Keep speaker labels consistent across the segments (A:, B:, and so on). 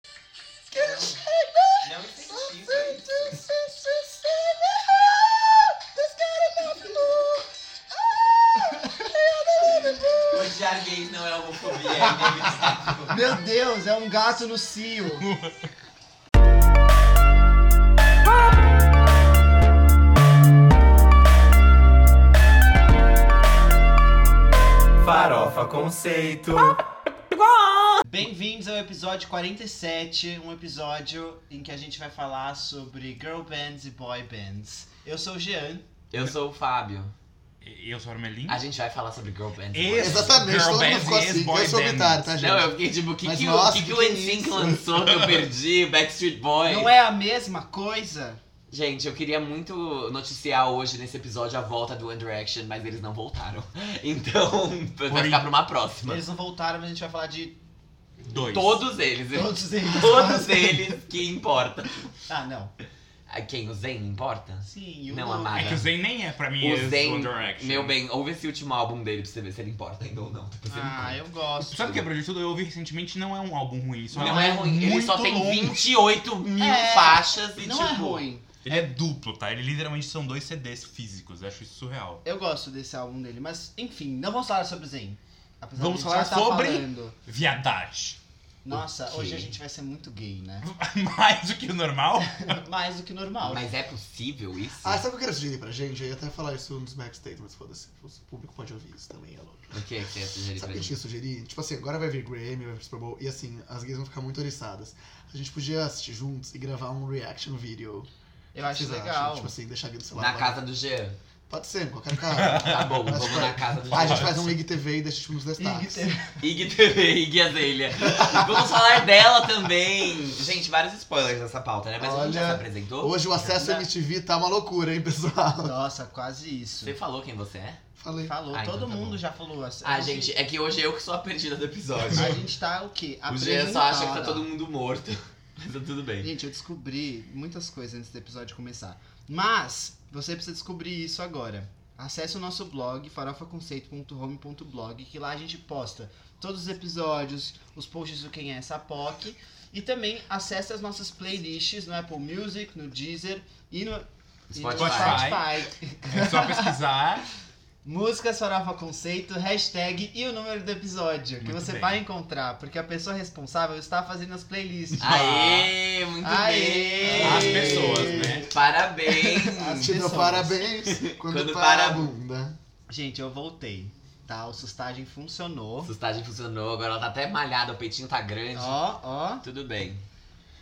A: é um
B: Meu Deus, é um gato no cio.
C: Farofa Conceito.
B: Bem-vindos ao episódio 47, um episódio em que a gente vai falar sobre girl bands e boy bands. Eu sou o Jean.
A: Eu sou o Fábio.
D: Eu sou Armelinho.
A: A gente vai falar sobre girl bands.
D: Esse-
A: hoje.
D: Girl
E: Exatamente, todo mundo
D: bands
E: ficou
D: e
E: assim.
D: ex-boy
E: Eu sou
D: bands.
E: otário, tá, gente?
A: Não, eu fiquei tipo, o que,
E: Mas
A: que,
E: nossa,
A: o que, que
E: que é
A: o Enem
E: isso?
A: lançou que eu perdi? Backstreet Boys.
B: Não é a mesma coisa?
A: Gente, eu queria muito noticiar hoje nesse episódio a volta do One Direction, mas eles não voltaram. Então, vai ficar pra uma próxima.
B: Eles não voltaram, mas a gente vai falar de
D: Dois.
A: Todos eles.
B: todos eles.
A: Todos eles que importa.
B: Ah, não.
A: A quem? O Zayn importa?
B: Sim, e o
A: Não,
B: Lu-
A: amada.
D: É que o Zayn nem é pra mim
A: O
D: esse
A: Zayn,
D: One Direction.
A: Meu bem, ouve esse último álbum dele pra você ver se ele importa ainda ou não. Depois você me
B: Ah,
A: conta.
B: eu gosto.
D: Sabe o que, de tudo, eu ouvi recentemente não é um álbum ruim. Só
A: Não é ruim, ele
D: muito
A: só tem
D: longo.
A: 28 mil
B: É,
A: faixas e
B: Não
A: tipo.
B: é ruim.
D: Ele é duplo, tá? Ele literalmente são dois CDs físicos. Eu acho isso surreal.
B: Eu gosto desse álbum dele, mas enfim, não vamos falar sobre Zen. Apesar
D: Vamos
B: de a gente
D: falar
B: já tá
D: sobre-
B: falando.
D: Viadagem.
B: Nossa,
A: quê?
B: hoje a gente vai ser muito gay, né?
D: Mais do que o normal.
B: Mais do que normal.
A: Mas é possível isso?
E: Ah, sabe o que eu quero sugerir pra gente? Eu ia até falar isso nos backstage, mas foda-se. O público pode ouvir isso também, é louco.
A: O que que você ia sugerir
E: Sabe
A: pra
E: o que a gente
A: gente?
E: ia sugerir? Tipo assim, agora vai vir Grammy, vai vir Super Bowl, e assim, as gays vão ficar muito oriçadas. A gente podia assistir juntos e gravar um reaction video.
B: Eu
E: O que
B: acho
E: vocês
B: legal.
E: Acham? Tipo assim, deixar ali do celular.
A: Na casa do Jean.
E: Pode ser, em qualquer casa.
A: Tá bom,
E: Mas,
A: vamos
E: tipo,
A: na casa do Jean.
E: Ah, a gente faz um IGTV e deixa tipo nos destaques.
B: E-
A: Ig TV, Ig Azelha. Vamos falar dela também. Gente, vários spoilers nessa pauta, né? Mas a gente já
E: Olha,
A: se apresentou.
E: Hoje o acesso à MTV tá uma loucura, hein, pessoal?
B: Nossa, quase isso.
A: Você falou quem você é?
E: Falei.
B: Falou,
A: Ah, então
B: todo
A: tá
B: mundo
A: bom.
B: já falou assim.
A: Ah, gente, é que hoje eu que sou a perdida do episódio.
B: A gente tá o quê?
A: O Jean só
B: Apresentada.
A: acha que tá todo mundo morto. Mas tá tudo bem.
B: Gente, eu descobri muitas coisas antes do episódio começar. Mas você precisa descobrir isso agora. Acesse o nosso blog, farofaconceito.home.blog, que lá a gente posta todos os episódios, os posts do Quem é essa POC. E também acesse as nossas playlists no Apple Music, no Deezer e no E
A: Spotify.
B: no Spotify.
D: É só pesquisar.
B: Música Farofa Conceito, hashtag e o número do episódio, que
D: Muito
B: você
D: bem.
B: vai encontrar, porque a pessoa responsável está fazendo as playlists.
A: Aê, muito
B: Aê!
A: bem.
D: As pessoas, né?
A: Parabéns.
B: As
E: Te dou
B: pessoas.
E: parabéns quando,
A: Quando
E: para a
A: para-
E: bunda.
B: Gente, eu voltei, tá? O sustagem funcionou.
A: Sustagem funcionou, agora ela tá até malhada, o peitinho tá grande.
B: Ó, ó.
A: Tudo bem.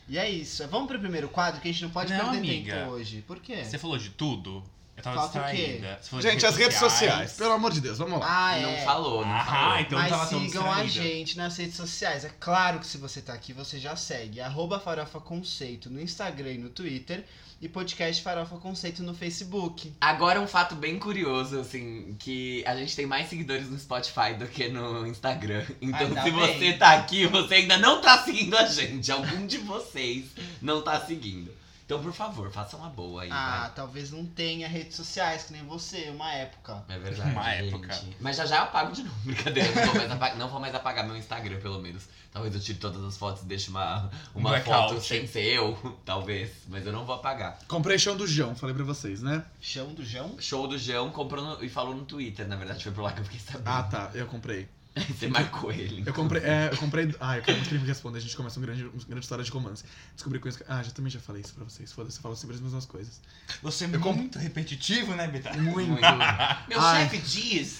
B: E é isso. Vamos pro primeiro quadro que a gente não pode
D: Não,
B: perder
D: amiga.
B: tempo hoje. Por
A: É.
B: quê?
D: Você falou de tudo? Eu tava
B: Falta o quê?
D: distraída. Você falou de
E: Gente, as redes sociais, pelo amor de Deus, vamos lá.
B: Ah,
A: não
B: é.
A: falou, não
D: Ah,
A: falou.
D: então eu tava
B: Mas
D: tão
B: sigam a
D: distraída.
B: gente nas redes sociais. É claro que se você tá aqui, você já segue. Arroba Farofa Conceito no Instagram e no Twitter. E podcast Farofa Conceito no Facebook.
A: Agora um fato bem curioso, assim, que a gente tem mais seguidores no Spotify do que no Instagram. Então,
B: Ah, tá
A: se
B: bem.
A: você tá aqui, você ainda não tá seguindo a gente. Algum de vocês não tá seguindo. Então, por favor, faça uma boa aí,
B: Ah, talvez não tenha redes sociais, que nem você, uma época.
A: vai. É verdade,
D: Uma
A: gente.
D: época.
A: Mas já já eu apago de novo, brincadeira. Não vou, mais apa- não vou mais apagar meu Instagram, pelo menos. Talvez eu tire todas as fotos e deixe uma, uma
D: Blackout.
A: foto sem ser eu, talvez. Mas eu não vou apagar.
E: Comprei chão do João, falei pra vocês, né?
B: Chão do Jão?
A: show do Jean comprou no- e falou no Twitter, na verdade, foi por lá que eu fiquei sabendo.
E: Ah, tá, eu comprei.
A: Você marcou ele.
E: Eu comprei. É, eu comprei. Ah, eu quero muito que ele me responda. A gente começa um grande, uma grande história de romance. Descobri coisas. que- Ah, já também já falei isso pra vocês. Foda-se, eu falo sempre as mesmas coisas.
D: Você é
E: Eu comp-
D: muito repetitivo, né, Bita?
A: Muito. Meu
E: Ai.
A: chefe diz,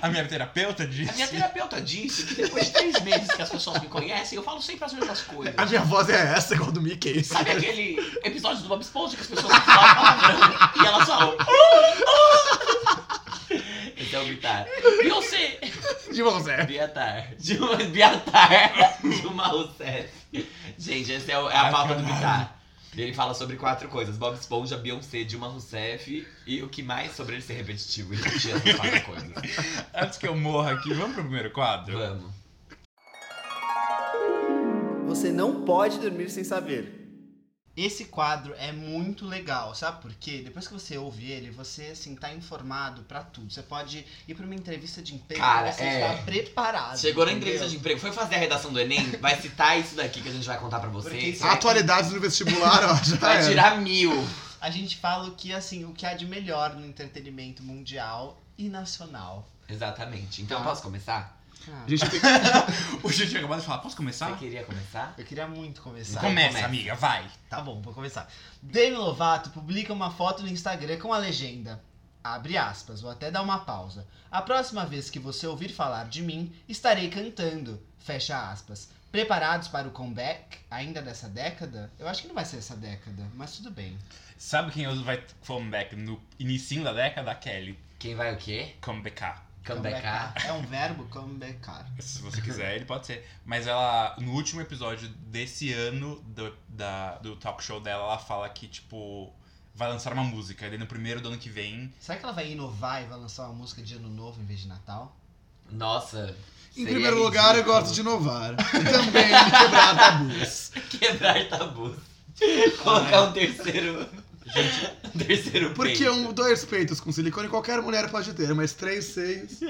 D: A minha terapeuta
A: a minha
D: disse.
A: terapeuta disse que depois de três meses que as pessoas me conhecem, eu falo sempre as mesmas coisas.
E: A minha voz é essa, igual do Mickey.
A: Sabe aquele episódio do Bob Esponja que as pessoas falam palavrão e elas falam... "Ah, ah". Esse é o Bitar. Beyoncé!
E: De é. você.
A: Biatar. De uma Biatar. De uma Rousseff. Gente, essa é, o- é a
D: Ai,
A: pauta do
D: caralho.
A: Bitar. Ele fala sobre quatro coisas: Bob Esponja, Beyoncé, Dilma Rousseff e o que mais sobre ele ser repetitivo e repetir essas quatro coisas.
D: Antes que eu morra aqui, vamos pro primeiro quadro?
A: Vamos.
F: Você não pode dormir sem saber.
B: Esse quadro é muito legal, sabe por quê? Depois que você ouve ele, você assim tá informado pra tudo. Você pode ir pra uma entrevista de emprego,
A: Cara,
B: você
A: é.
B: está preparado.
A: Chegou na
B: entendeu?
A: entrevista de emprego, foi fazer a redação do Enem, vai citar isso daqui que a gente vai contar pra
B: Porque
A: vocês.
E: é
B: isso
E: Atualidades no vestibular, ó. Já
A: Vai
E: era.
A: tirar mil.
B: A gente fala que assim, o que há de melhor no entretenimento mundial e nacional.
A: Exatamente. Então,
B: Tá.
A: posso começar?
B: Cara,
E: A gente tem
D: O Gil tinha acabado de falar, posso começar?
E: Tá.
A: Você queria começar?
B: eu queria muito começar.
D: Começa,
A: começa.
D: amiga, vai.
B: Tá bom, vou começar. Demi Lovato publica uma foto no Instagram com a legenda. Abre aspas, vou até dar uma pausa. A próxima vez que você ouvir falar de mim, estarei cantando. Fecha aspas. Preparados para o comeback ainda dessa década? Eu acho que não vai ser essa década, mas tudo bem.
D: Sabe quem vai comeback no inicinho da década? A Kelly.
A: Quem vai o quê?
D: Comeback.
A: Comebackar?
B: É um verbo comebackar.
D: Se você quiser, ele pode ser. Mas ela, no último episódio desse ano do, da, do talk show dela, ela fala que, tipo, vai lançar uma música. E daí no primeiro do ano que vem.
B: Será que ela vai inovar e vai lançar uma música de ano novo em vez de Natal?
A: Nossa.
E: Em
A: seria
E: primeiro lugar, eu
A: ridículo.
E: gosto de inovar. E também de quebrar tabus.
A: Quebrar tabus. Colocar um terceiro. Gente, um terceiro
E: Porque
A: peito.
E: um, dois peitos com silicone qualquer mulher pode ter, mas três, seis.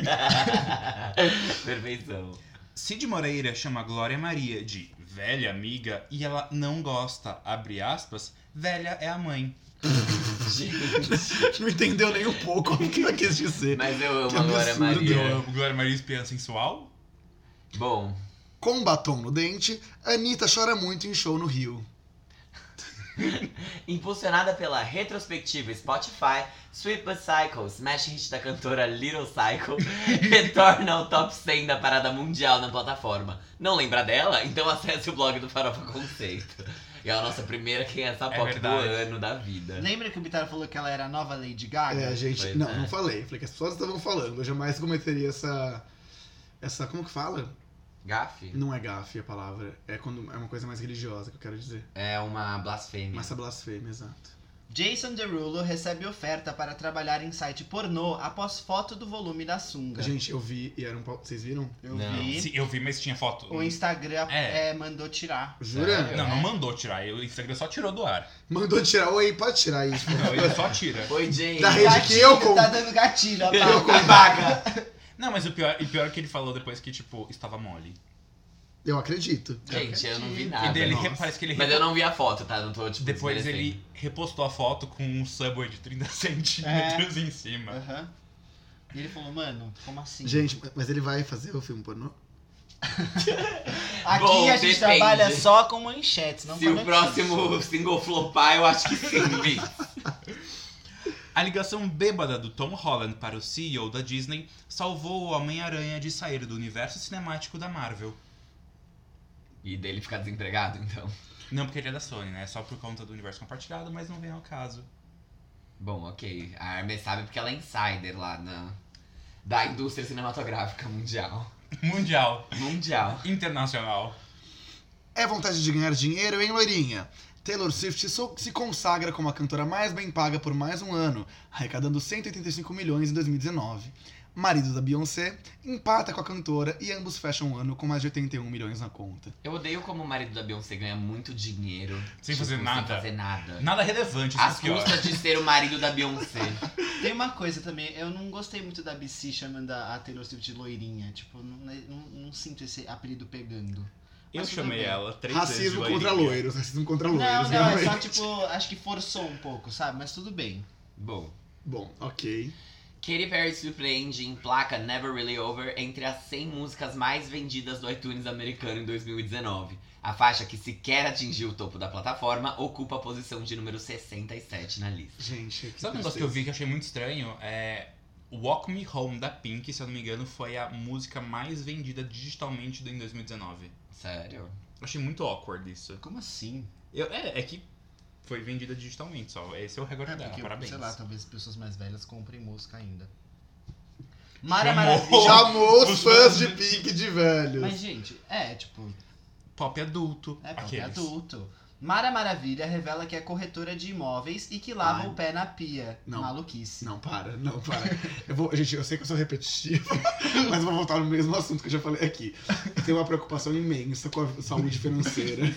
A: Perfeição.
D: Cid Moreira chama Glória Maria de velha amiga e ela não gosta, abre aspas, velha é a mãe.
A: Gente,
E: Não entendeu nem um pouco o que ela quis dizer.
A: mas eu amo
E: Que
A: a Glória
E: absurdo. né?
A: Maria.
D: Glória- Glória Maria espia sensual?
A: Bom,
E: Com um batom no dente, Anitta chora muito em show no Rio.
A: impulsionada pela retrospectiva Spotify, Sweet But Cycle, smash hit da cantora Little Cycle, retorna ao top 100 da parada mundial na plataforma. Não lembra dela? Então acesse o blog do Farofa Conceito. É a nossa primeira quem é essa
D: É
A: pop do
D: verdade.
A: ano da vida.
B: Lembra que o Bitar falou que ela era a nova Lady
E: É,
B: Gaga?
E: a gente.
A: Pois
E: não,
A: é.
E: não falei. Falei que as pessoas estavam falando. Eu jamais cometeria essa. Essa. Como que fala?
A: Gafe?
E: Não é gafe a palavra. É quando é uma coisa mais religiosa que eu quero dizer.
A: É uma blasfêmia.
E: Mas essa blasfêmia, exato.
B: Jason Derulo recebe oferta para trabalhar em site pornô após foto do volume da
A: É.
B: sunga.
E: Gente, eu vi e era um pau. Vocês viram?
B: Eu
A: Não.
B: vi.
D: Sim, eu vi, mas tinha foto.
B: O Instagram
D: É.
B: é, mandou tirar.
E: Jura?
A: Sério?
D: Não, não mandou tirar. O Instagram só tirou do ar.
E: Mandou tirar. Oi, pode tirar isso.
D: Não, ele só tira.
A: Oi, gente.
E: Da rede que eu com-
B: Tá dando gatilho, ó,
E: Eu
B: tá?
A: Vaga!
D: Não, mas o pior, o pior é que ele falou depois que, tipo, estava mole.
E: Eu acredito.
A: Gente, eu não
B: E
A: vi nada.
D: e daí ele
E: nossa.
D: re- parece que ele.
A: Ah, Mas
D: re-
A: eu não vi a foto, tá? Não tô, tipo,
D: Depois
A: desmerecendo.
D: ele repostou a foto com um subway de 30 centímetros em cima.
B: Aham. E ele falou, mano, como assim?
E: Gente, mas ele vai fazer o filme pornô?
B: Aqui
A: Bom,
B: a gente
A: depende.
B: trabalha só com manchetes, não
A: Se
B: com
A: o
B: notícias.
A: próximo single flopar, eu acho que sim, Vi.
D: A ligação bêbada do Tom Holland para o CEO da Disney salvou o Homem-Aranha de sair do universo cinemático da Marvel.
A: E dele ficar desempregado, então.
D: Não porque ele é da Sony, né? Só por conta do universo compartilhado, mas não vem ao caso.
A: Bom, ok. A Armin sabe porque ela é insider lá na. Da indústria cinematográfica mundial.
D: Mundial,
A: Mundial.
D: internacional.
E: É vontade de ganhar dinheiro, hein, loirinha? Taylor Swift so- se consagra como a cantora mais bem paga por mais um ano, arrecadando 185 milhões em 2019. Marido da Beyoncé empata com a cantora e ambos fecham o ano com mais de 81 milhões na conta.
A: Eu odeio como o marido da Beyoncé ganha muito dinheiro. tipo,
D: Sem fazer nada.
A: Sem fazer nada.
D: Nada relevante, isso é
A: Às
D: o pior.
A: custas de ser o marido da Beyoncé.
B: Tem uma coisa também, eu não gostei muito da BC chamando a Taylor Swift de loirinha. Tipo, não, não- não sinto esse apelido pegando.
D: Eu
B: Mas tudo
D: chamei
B: bem.
D: ela três vezes. de
E: Racismo contra
D: loirinha.
E: loiros, racismo contra
B: Não,
E: loiros,
B: não, é só
E: realmente.
B: tipo, acho que forçou um pouco, sabe? Mas tudo bem.
A: Bom.
E: Bom, ok.
A: Katy Perry surpreende em placa Never Really Over entre as 100 músicas mais vendidas do iTunes americano em 2019. A faixa que sequer atingiu o topo da plataforma ocupa a posição de número 67 na lista.
E: Gente, que
D: Sabe um negócio que eu vi que eu achei muito estranho? É. Walk Me Home da Pink, se eu não me engano, foi a música mais vendida digitalmente em 2019.
A: Sério?
D: Eu Achei muito awkward isso.
B: Como assim?
D: Eu- é, é que foi vendida digitalmente só. Esse é o recorde
B: É,
D: dela,
B: porque,
D: parabéns.
B: sei lá,
E: tá-
B: talvez pessoas mais velhas comprem música ainda. Mara
D: Chamou.
B: Maravilha.
E: Chamou os
D: é Os
E: fãs
D: fãs
E: de Pink de velho.
B: Mas, gente, é, tipo,
D: Pop adulto.
B: é porque é
D: aqueles.
B: adulto. Mara Maravilha revela que é corretora de imóveis e que lava
E: Ai.
B: o pé na pia.
E: Não.
B: Maluquice.
E: Não, para, não, para. Eu vou, gente, eu sei que eu sou repetitivo, mas vou voltar no mesmo assunto que eu já falei aqui. Eu tenho uma preocupação imensa com a saúde financeira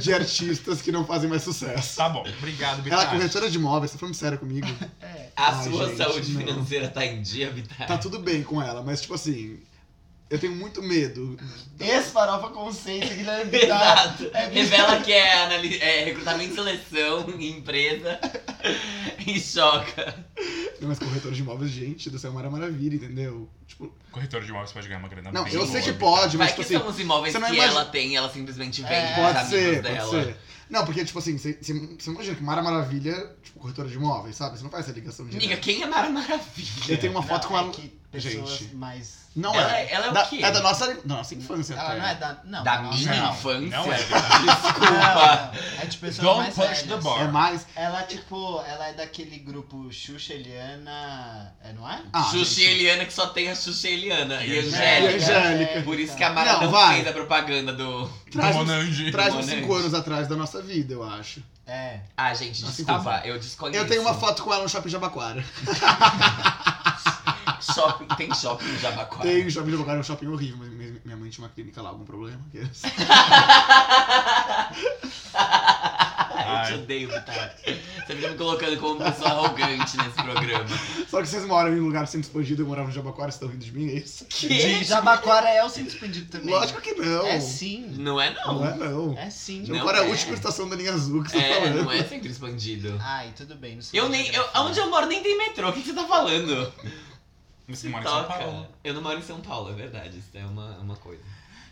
E: de artistas que não fazem mais sucesso.
D: Tá bom, obrigado,
E: Ela é
D: Bitar.
E: corretora de imóveis, tá falando sério comigo?
B: É.
A: A
E: Ai,
A: sua
E: gente,
A: saúde
E: não.
A: financeira tá em dia, Vitar?
E: Tá tudo bem com ela, mas tipo assim, eu tenho muito medo.
B: Esse farofa conceito, Guilherme Bittar.
A: Exato. Revela que é, anali- é recrutamento e seleção em empresa e choca.
E: Não, mas corretor de imóveis, gente do céu, é uma maravilha, entendeu? Tipo,
D: Corretor de imóveis pode ganhar uma grana
E: não,
D: Tá bem
E: eu sei que
D: mórbida.
E: pode, mas
A: Vai
E: tipo
A: que
E: assim.
A: são os imóveis
E: você
A: que
E: não imagina-
A: ela tem e ela simplesmente vende
B: É,
A: pros
E: Pode
A: amigos
E: ser, pode
A: dela.
E: ser. Não, porque, tipo assim, você você- você imagina que Mara Maravilha, tipo, corretora de imóveis, sabe? Você não faz essa ligação de.
A: Amiga, quem é Mara Maravilha?
E: Eu tenho uma foto
B: Não,
E: com ela.
B: é que pessoas
E: Gente.
B: mais.
E: Não
A: Ela
E: é.
A: é- ela é o
E: da,
A: quê?
E: É da nossa, da nossa infância, tá?
B: Ela
E: até.
B: não é da. Não,
A: da
B: nossa,
A: minha
B: não.
A: infância?
D: Não é.
B: Não, não. É de pessoas
D: Don't
B: mais
D: push
B: velhas.
D: the bar.
E: É mais.
B: Ela, tipo, ela é daquele grupo Xuxa Eliana. É, não é?
E: Ah,
A: Xuxa e
E: gente.
A: Eliana que só tem a Xuxa e Eliana. E
D: E
A: a
E: E
A: Angélica.
E: Angélica.
A: Por isso que a Mara
E: Não,
A: não,
E: vai.
A: fez a propaganda do.
E: Traz
D: Do
E: uns-
D: Monange.
E: Traz uns
A: Monange.
E: 5 anos atrás da nossa vida, eu acho.
B: É.
A: Ah, gente,
E: Nossa,
A: desculpa, eu desconheço.
E: Eu tenho uma foto com ela no shopping de Abaquara.
A: Shopping, tem shopping em Jabaquara.
E: Tem um shopping de Abaquara, é um shopping horrível, mas minha minha mãe tinha uma clínica lá, algum problema? Que é-
A: Ah, eu te
D: Ai.
A: odeio, Vitara. Você fica me colocando como uma pessoa arrogante nesse programa.
E: Só que vocês moram em um lugar sempre expandido, eu morava no Jabaquara, vocês estão rindo de mim, é isso?
B: De Jabaquara é o centro expandido também.
E: Lógico que não.
B: É sim.
A: Não é, não.
E: Não é, não.
B: É sim.
A: Não
E: Jabaquara é a
A: é.
E: última estação da linha azul que você tá
A: É,
E: falando.
A: não é centro expandido.
B: Ai, tudo bem. não sei é
A: Eu
B: da
A: nem. Eu,
B: geografia.
A: onde eu moro nem tem metrô. O que que você tá falando?
D: Você mora em São Paulo.
A: Eu não moro em São Paulo, é verdade. Isso é uma, uma coisa.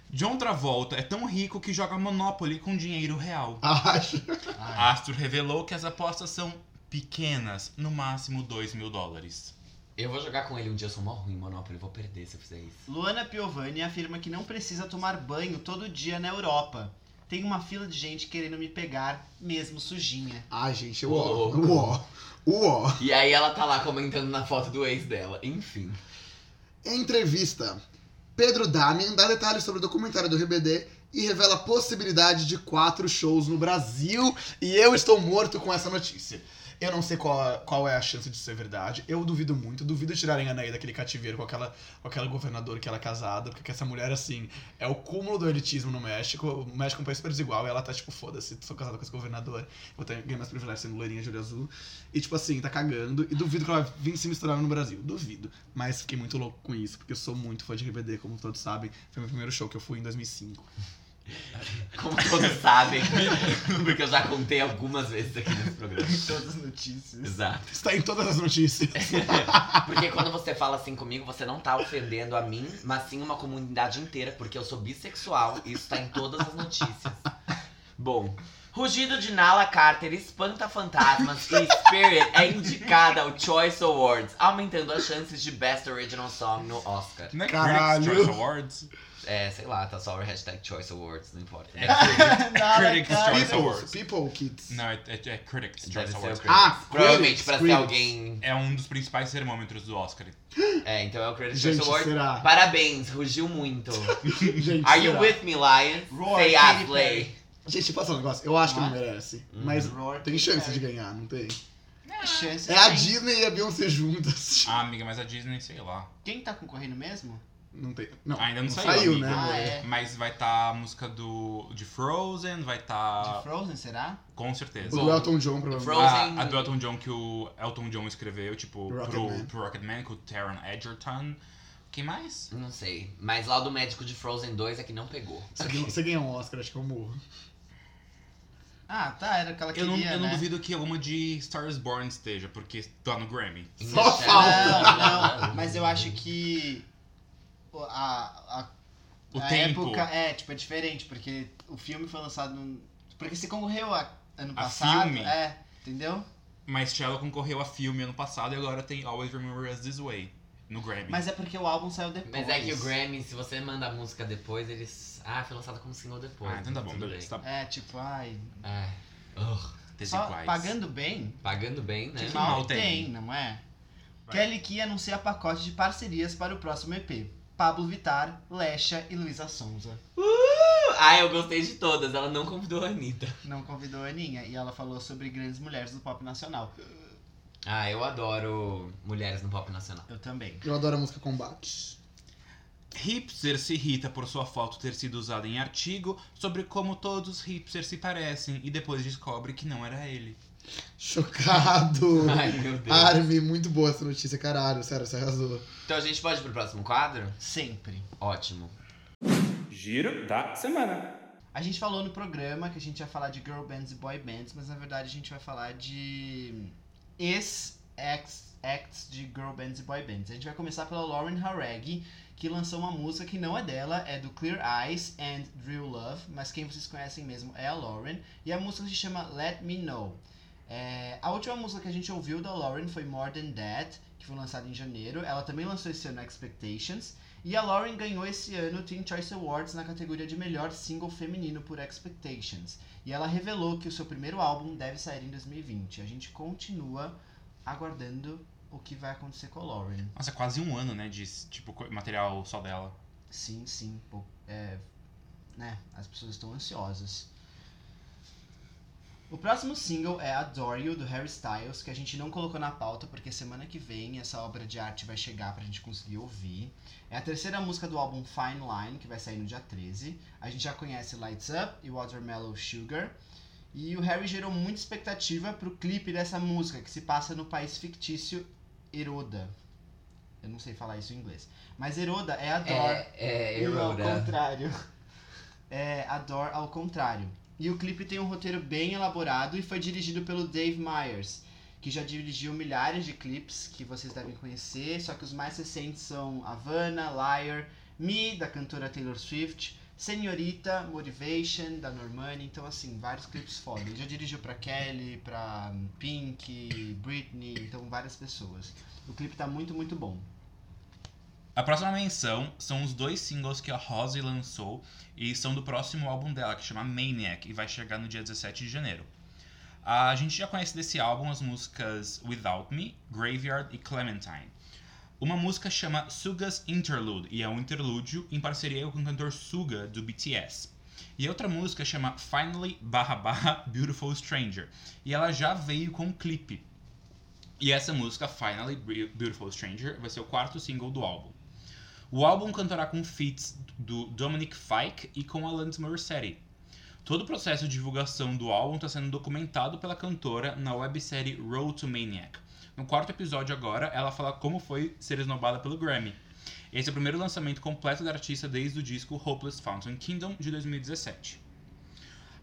D: John Travolta é tão rico que joga Monopoly com dinheiro real.
E: Acho.
B: Ai,
D: Astro revelou que as apostas são pequenas, no máximo 2 mil dólares.
A: Eu vou jogar com ele um dia, eu sou mó ruim em Monopoly, eu vou perder se eu fizer isso.
B: Luana Piovani afirma que não precisa tomar banho todo dia na Europa. Tem uma fila de gente querendo me pegar, mesmo sujinha.
E: Ai, gente, o ó.
A: Louco.
E: O ó. O ó.
A: E aí ela tá lá comentando na foto do ex dela. Enfim.
E: Entrevista. Pedro Damian dá detalhes sobre o documentário do RBD e revela a possibilidade de quatro shows no Brasil. E eu estou morto com essa notícia. Eu não sei qual, qual é a chance disso ser verdade. Eu duvido muito. Duvido tirarem a Anaí daquele cativeiro com aquela, com aquela governadora que ela é casada. Porque essa mulher, assim, é o cúmulo do elitismo no México. O México é um país super desigual. E ela tá tipo, foda-se, sou casada com esse governador. Vou ter, ganhar mais privilégios sendo loirinha de olho azul. E tipo assim, tá cagando. E duvido que ela vai vir se misturar no Brasil. Duvido. Mas fiquei muito louco com isso, porque eu sou muito fã de RBD, como todos sabem. Foi meu primeiro show que eu fui em 2005.
A: Como todos sabem. Porque eu já contei algumas vezes aqui nesse programa.
B: Todas as notícias.
A: Exato.
E: Está em todas as notícias.
A: Ah, Porque quando você fala assim comigo, você não tá ofendendo a mim, mas sim uma comunidade inteira, porque eu sou bissexual e isso tá em todas as notícias. Bom, rugido de Nala Carter espanta fantasmas e Spirit é indicada ao Choice Awards, aumentando as chances de Best Original Song no Oscar.
D: Não é
E: Caralho.
D: Critics' Choice Awards?
A: É, sei lá, tá só o hashtag Choice Awards, não
B: É.
A: importa.
B: Nada,
D: Critics'
B: cara.
D: Choice Awards.
E: é, people kids.
D: Não, é, é, é Critics'
A: Deve
D: Choice
A: ser
D: Awards.
A: o
E: Ah,
A: Critics. Provavelmente
E: Critics,
A: pra ser
E: Critics.
A: alguém.
D: É um dos principais termômetros do Oscar.
A: É, então é o Critics' Choice
E: Gente,
A: Awards.
E: será?
A: Parabéns, rugiu muito.
E: Gente,
A: Are you
E: será?
A: with me, Lion?
B: Roar,
A: Say "Ah,
B: Katy
A: I play.
B: Perry.
E: Gente, posso falar um negócio? Eu acho que não merece. Mas
B: Roar,
E: tem
B: Katy
E: chance
B: Perry.
E: de ganhar, não tem?
B: Chances
E: É a
B: tem.
E: Disney e a Beyoncé juntas.
D: Ah, amiga, mas a Disney, sei lá.
B: Quem tá concorrendo mesmo?
E: Não tem. Não,
D: Ainda não saiu,
E: saiu
D: amiga.
E: né?
B: Ah,
E: amor?
B: é.
D: Mas vai estar a música do, de Frozen, vai
B: De
D: estar.
B: Frozen, será?
D: com certeza. Ah,
E: O do Elton John, provavelmente.
A: Frozen.
D: A, a do Elton John que o Elton John escreveu, tipo,
E: Rocketman.
D: pro, pro Rocketman, com o Taron Edgerton. Quem mais?
A: Não sei. Mas lá o do médico de Frozen 2 é que não pegou.
E: Se ganha- Você ganhar um Oscar, acho que eu morro.
B: Ah, tá, era aquela que
D: Eu não,
B: queria,
D: eu não
B: né?
D: duvido que alguma de Star is Born esteja, porque tá no Grammy.
E: Só
A: Ainda tá-
E: falta.
B: Não, não, mas eu acho que o- a, a,
D: O
B: a
D: tempo.
B: época é, tipo, é diferente, porque o filme foi lançado no, porque se concorreu a, ano
D: A
B: passado,
D: filme?
B: é, entendeu?
D: Mas Shallow concorreu a filme ano passado e agora tem Always Remember Us This Way no Grammy. Ah,
B: Mas é porque o álbum saiu depois.
A: Mas é que o Grammy, se você manda a música depois, eles. Ah, foi lançada como single depois.
D: ah, então tá bom,
A: tudo
D: beleza. Tá
B: É, tipo, ai,
A: bem. Ah, ugh.
B: só
D: desiguais.
B: pagando bem,
A: Pagando bem, né?
B: que
D: Que
B: mal
D: mal
B: tem,
D: tem,
B: não é?
D: Vai.
B: Kelly Key anuncia pacote de parcerias para o próximo EP. Pablo Vitar, Lecha e Luísa Sonza.
A: Ah, eu gostei de todas. Ela não convidou a Anitta.
B: Não convidou a Aninha e ela falou sobre grandes mulheres do pop nacional.
A: Ah, eu adoro mulheres no pop nacional.
B: Eu também.
E: Eu adoro a música Combate.
D: Hipster se irrita por sua foto ter sido usada em artigo sobre como todos os hipsters se parecem e depois descobre que não era ele.
E: Chocado.
A: Ai, meu Deus.
E: Armin, muito boa essa notícia, caralho. Sério, você arrasou.
A: Então a gente pode ir pro próximo quadro?
B: Sempre.
A: Ótimo.
C: Giro da semana.
B: A gente falou no programa que a gente ia falar de girl bands e boy bands, mas na verdade a gente vai falar de ex acts, acts de girl bands e boy bands. A gente vai começar pela Lauren Haraggy, que lançou uma música que não é dela, é do Clear Eyes and Real Love, mas quem vocês conhecem mesmo é a Lauren, e a música se chama Let Me Know. É, a última música que a gente ouviu da Lauren foi More Than That, que foi lançada em janeiro. Ela também lançou esse ano Expectations. E a Lauren ganhou esse ano o Teen Choice Awards na categoria de melhor single feminino por Expectations. E ela revelou que o seu primeiro álbum deve sair em 2020. A gente continua aguardando o que vai acontecer com a Lauren.
D: Nossa, quase um ano, né, de tipo, co- material só dela.
B: Sim, sim. pô, é, né, as pessoas estão ansiosas. O próximo single é Adore You, do Harry Styles, que a gente não colocou na pauta porque semana que vem essa obra de arte vai chegar pra gente conseguir ouvir. É a terceira música do álbum Fine Line, que vai sair no dia 13. A gente já conhece Lights Up e Watermelon Sugar. E o Harry gerou muita expectativa pro clipe dessa música, que se passa no país fictício Heroda. Eu não sei falar isso em inglês. Mas Heroda é Adore.
A: É, é,
B: E ao
A: Eroda.
B: contrário. É, Adore ao contrário. E o clipe tem um roteiro bem elaborado e foi dirigido pelo Dave Myers, que já dirigiu milhares de clipes que vocês devem conhecer, só que os mais recentes são Havana, Liar, Me, da cantora Taylor Swift, Senhorita, Motivation, da Normani, então assim, vários clipes foda. Ele já dirigiu pra Kelly, pra hum, Pink, Britney, então várias pessoas. O clipe tá muito, muito bom.
D: A próxima menção são os dois singles que a Rose lançou e são do próximo álbum dela, que chama Maniac, e vai chegar no dia 17 de janeiro. A gente já conhece desse álbum as músicas Without Me, Graveyard e Clementine. Uma música chama Suga's Interlude, e é um interlúdio em parceria com o cantor Suga, do BTS. E a outra música chama Finally barra barra Beautiful Stranger, e ela já veio com um clipe. E essa música, Finally Be- Beautiful Stranger, vai ser o quarto single do álbum. O álbum contará com feats do Dominic Fike e com Alanis Morissette. Todo o processo de divulgação do álbum está sendo documentado pela cantora na websérie Road to Maniac. No quarto episódio agora, ela fala como foi ser esnobada pelo Grammy. Esse é o primeiro lançamento completo da artista desde o disco Hopeless Fountain Kingdom de 2017.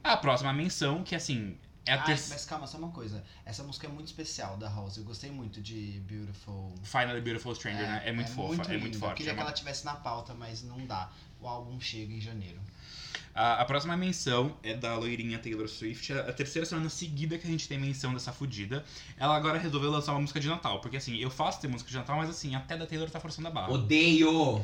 D: A próxima menção, que assim, é a
B: Ai,
D: terceira.
B: Mas calma, só uma coisa. Essa música é muito especial da House. Eu gostei muito de Beautiful.
D: Finally Beautiful Stranger, né? É muito fofa, é
B: linda.
D: muito
B: Eu
D: forte.
B: queria
D: é
B: que
D: uma-
B: ela tivesse na pauta, mas não dá. O álbum chega em janeiro.
D: A, a próxima menção é da loirinha Taylor Swift. É A terceira semana seguida que a gente tem menção dessa fudida. Ela agora resolveu lançar uma música de Natal. Porque assim, eu faço ter música de Natal, mas assim, até da Taylor tá forçando a barra.
A: Odeio!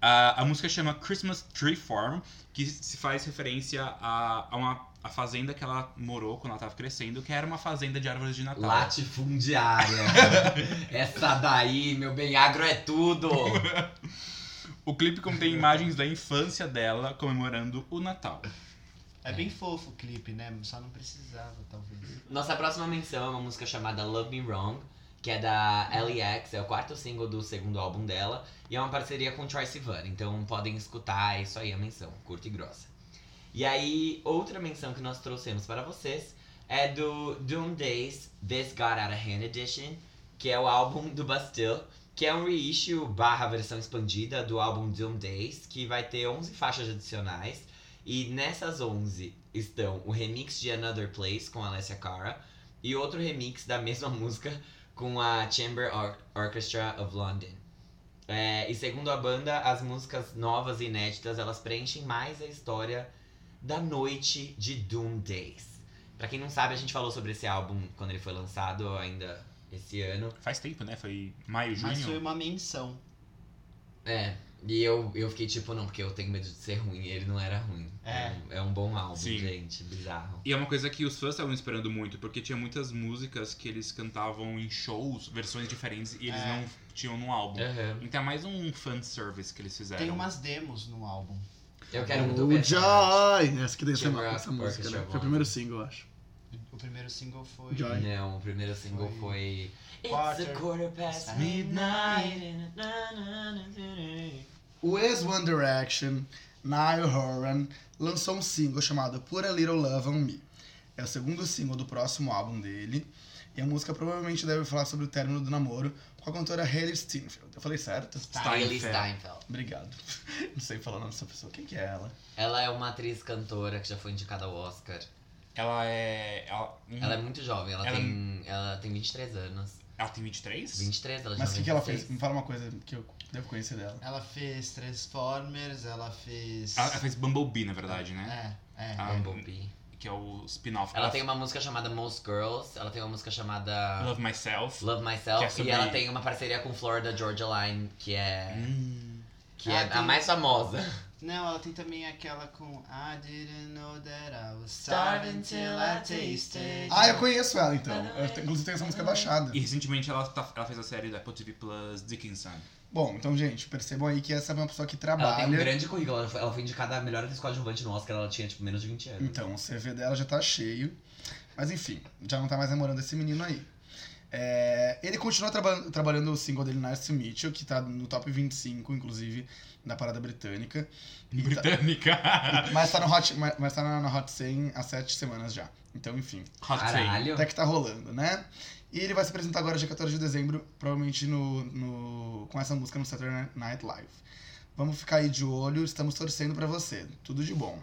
D: A, a música chama Christmas Tree Farm, que se faz referência a, a uma a fazenda que ela morou quando ela tava crescendo, que era uma fazenda de árvores de Natal.
A: Latifundiária. Essa daí, meu bem, agro é tudo.
D: O clipe contém imagens da infância dela comemorando o Natal.
B: É, bem fofo o clipe, né? Só não precisava, talvez.
A: Nossa próxima menção é uma música chamada Love Me Wrong, que é da LEX, é o quarto single do segundo álbum dela, e é uma parceria com Troye Sivan, então podem escutar, é isso aí a menção, curta e grossa. E aí, outra menção que nós trouxemos para vocês é do Doom Days This Got Out of Hand Edition, que é o álbum do Bastille, que é um reissue barra versão expandida do álbum Doom Days, que vai ter 11 faixas adicionais. E nessas 11 estão o remix de Another Place com a Alessia Cara e outro remix da mesma música com a Chamber Or- Orchestra of London. É, e segundo a banda, as músicas novas e inéditas elas preenchem mais a história da noite de Doom Days. Pra quem não sabe, a gente falou sobre esse álbum quando ele foi lançado ainda esse ano.
D: Faz tempo, né? Foi maio, junho.
B: Mas foi uma menção.
A: É, e eu, eu fiquei tipo, não, porque eu tenho medo de ser ruim, e ele não era ruim.
B: É.
A: um, é um bom álbum,
D: Sim.
A: gente, bizarro.
D: E é uma coisa que os fãs estavam esperando muito, porque tinha muitas músicas que eles cantavam em shows, versões diferentes, e eles
B: É.
D: não tinham no álbum.
A: Aham.
D: Então é mais um fanservice que eles fizeram.
B: Tem umas demos no álbum.
A: Eu quero muito
E: o
A: ver. essa-
E: Joy! Essa que tem essa,
A: Chamber
E: essa
A: of
E: música, né?
A: Orchestra
E: Foi o primeiro single, eu acho.
B: O primeiro single foi.
E: Joy.
A: Não, o primeiro single foi. It's a
B: Quarter
A: quarter past
B: past
A: midnight.
E: O ex One Direction, Niall Horan, lançou um single chamado Put a Little Love on Me. É o segundo single do próximo álbum dele. E a música provavelmente deve falar sobre o término do namoro com a cantora Hailey Steinfeld. Eu falei certo? Tá.
A: Hailey
D: Steinfeld.
A: Tá, Steinfeld.
E: Obrigado. Não sei falar o nome dessa pessoa. Quem que é ela?
A: Ela é uma atriz cantora que já foi indicada ao Oscar.
D: Ela é. Ela,
A: Hum. Ela é muito jovem, ela,
D: Ela-
A: tem, ela tem 23 anos.
D: Ela tem 23?
A: 23, ela já
E: Mas o que, que ela fez?
A: 26.
E: Me fala uma coisa que eu devo conhecer dela.
B: Ela fez Transformers, ela fez.
D: Ah, Ela, ela fez Bumblebee, na verdade, né?
B: É, é.
D: Ah,
A: Bumblebee.
D: Que é o spin-off.
A: Ela tem uma música chamada Most Girls, ela tem uma música chamada Love,
D: Love Myself.
A: Myself,
D: Que é sobre-
A: e ela tem uma parceria com Florida Georgia Line, que é,
D: Hum.
A: que
B: Ah,
A: é
B: tem-
A: a mais famosa.
B: Não, ela tem também aquela com I didn't know that I was starving till I tasted.
E: Ah, eu conheço ela então. Eu, te- inclusive tenho essa música baixada.
D: E recentemente ela, tá- ela fez a série da Apple TV Plus Dickinson.
E: Bom, então, gente, percebam aí que essa é uma pessoa que
A: Ela tem um
E: trabalha.
A: grande currículo, ela foi, ela foi indicada a melhor atriz coadjuvante no Oscar, ela tinha tipo menos de 20 anos.
E: Então, o CV dela já tá cheio. Mas enfim, já não tá mais namorando esse menino aí. É, ele continua traba- trabalhando o single dele, Narcy Mitchell, que tá no top 25, inclusive, na parada britânica.
B: Então-
E: E tá-
D: Britânica!
E: Mas tá, no hot, mas mas tá na, na Hot 100 há sete semanas já. Então, enfim.
D: Hot take.
A: Caralho.
E: Até que tá rolando, né? E ele vai se apresentar agora dia 14 de dezembro, provavelmente no, no- com essa música no Saturday Night Live. Vamos ficar aí de olho, estamos torcendo pra você. Tudo de bom.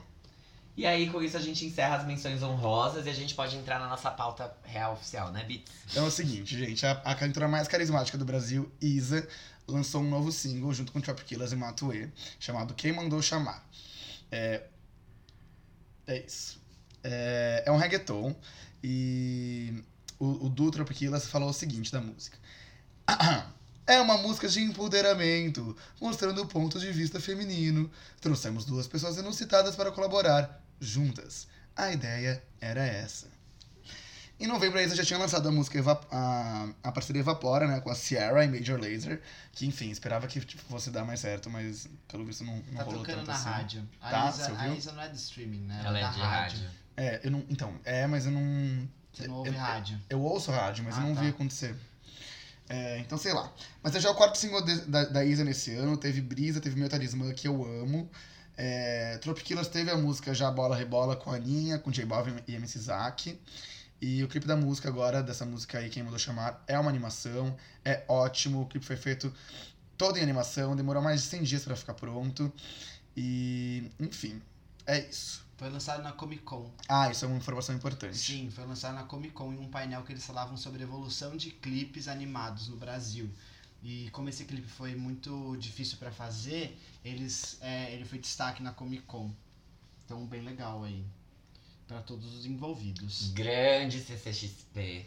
A: E aí, com isso, a gente encerra as menções honrosas e a gente pode entrar na nossa pauta real oficial, né, Bits?
E: Então é o seguinte, gente, a, a cantora mais carismática do Brasil, Isa, lançou um novo single junto com Trap Killers e Matue, chamado Quem Mandou Chamar. É, é isso. É, é um reggaeton e o, o Du Trap Killers falou o seguinte da música. É uma música de empoderamento, mostrando o ponto de vista feminino. Trouxemos duas pessoas inusitadas para colaborar, juntas. A ideia era essa. Em novembro, a Isa já tinha lançado a música Eva- a, a parceria Evapora, né? Com a Sierra e Major Laser. Que, enfim, esperava que tipo, fosse dar mais certo, mas pelo visto não, não
B: Tá
E: rolou
B: tocando
E: tanto
B: na
E: assim.
B: rádio. A,
E: Tá, você
B: Isa, a
E: ouviu?
B: Isa não é de streaming, né?
A: Ela é
B: da
A: de rádio.
E: É, eu não. Então, é, mas eu não.
B: Você não
E: É,
B: ouve rádio.
E: Eu ouço rádio, mas
B: Ah,
E: eu não
B: tá.
E: vi acontecer. É, então, sei lá. Mas é já o quarto single de- da, da Isa nesse ano. Teve Brisa, teve Meu Talismã, que eu amo. É, Tropiquilas teve a música Já Bola Rebola com a Aninha, com J Balvin e MC Zack. E o clipe da música agora, dessa música aí, quem mandou chamar, é uma animação. É ótimo. O clipe foi feito todo em animação. Demorou mais de 100 dias pra ficar pronto. E, enfim, é isso.
B: Foi lançado na Comic Con.
E: Ah, isso é uma informação importante.
B: Sim, foi lançado na Comic Con em um painel que eles falavam sobre a evolução de clipes animados no Brasil. E como esse clipe foi muito difícil pra fazer, eles, é, ele foi destaque na Comic Con. Então, bem legal aí. Pra todos os
E: Hum.
B: envolvidos.
A: Grande CCXP.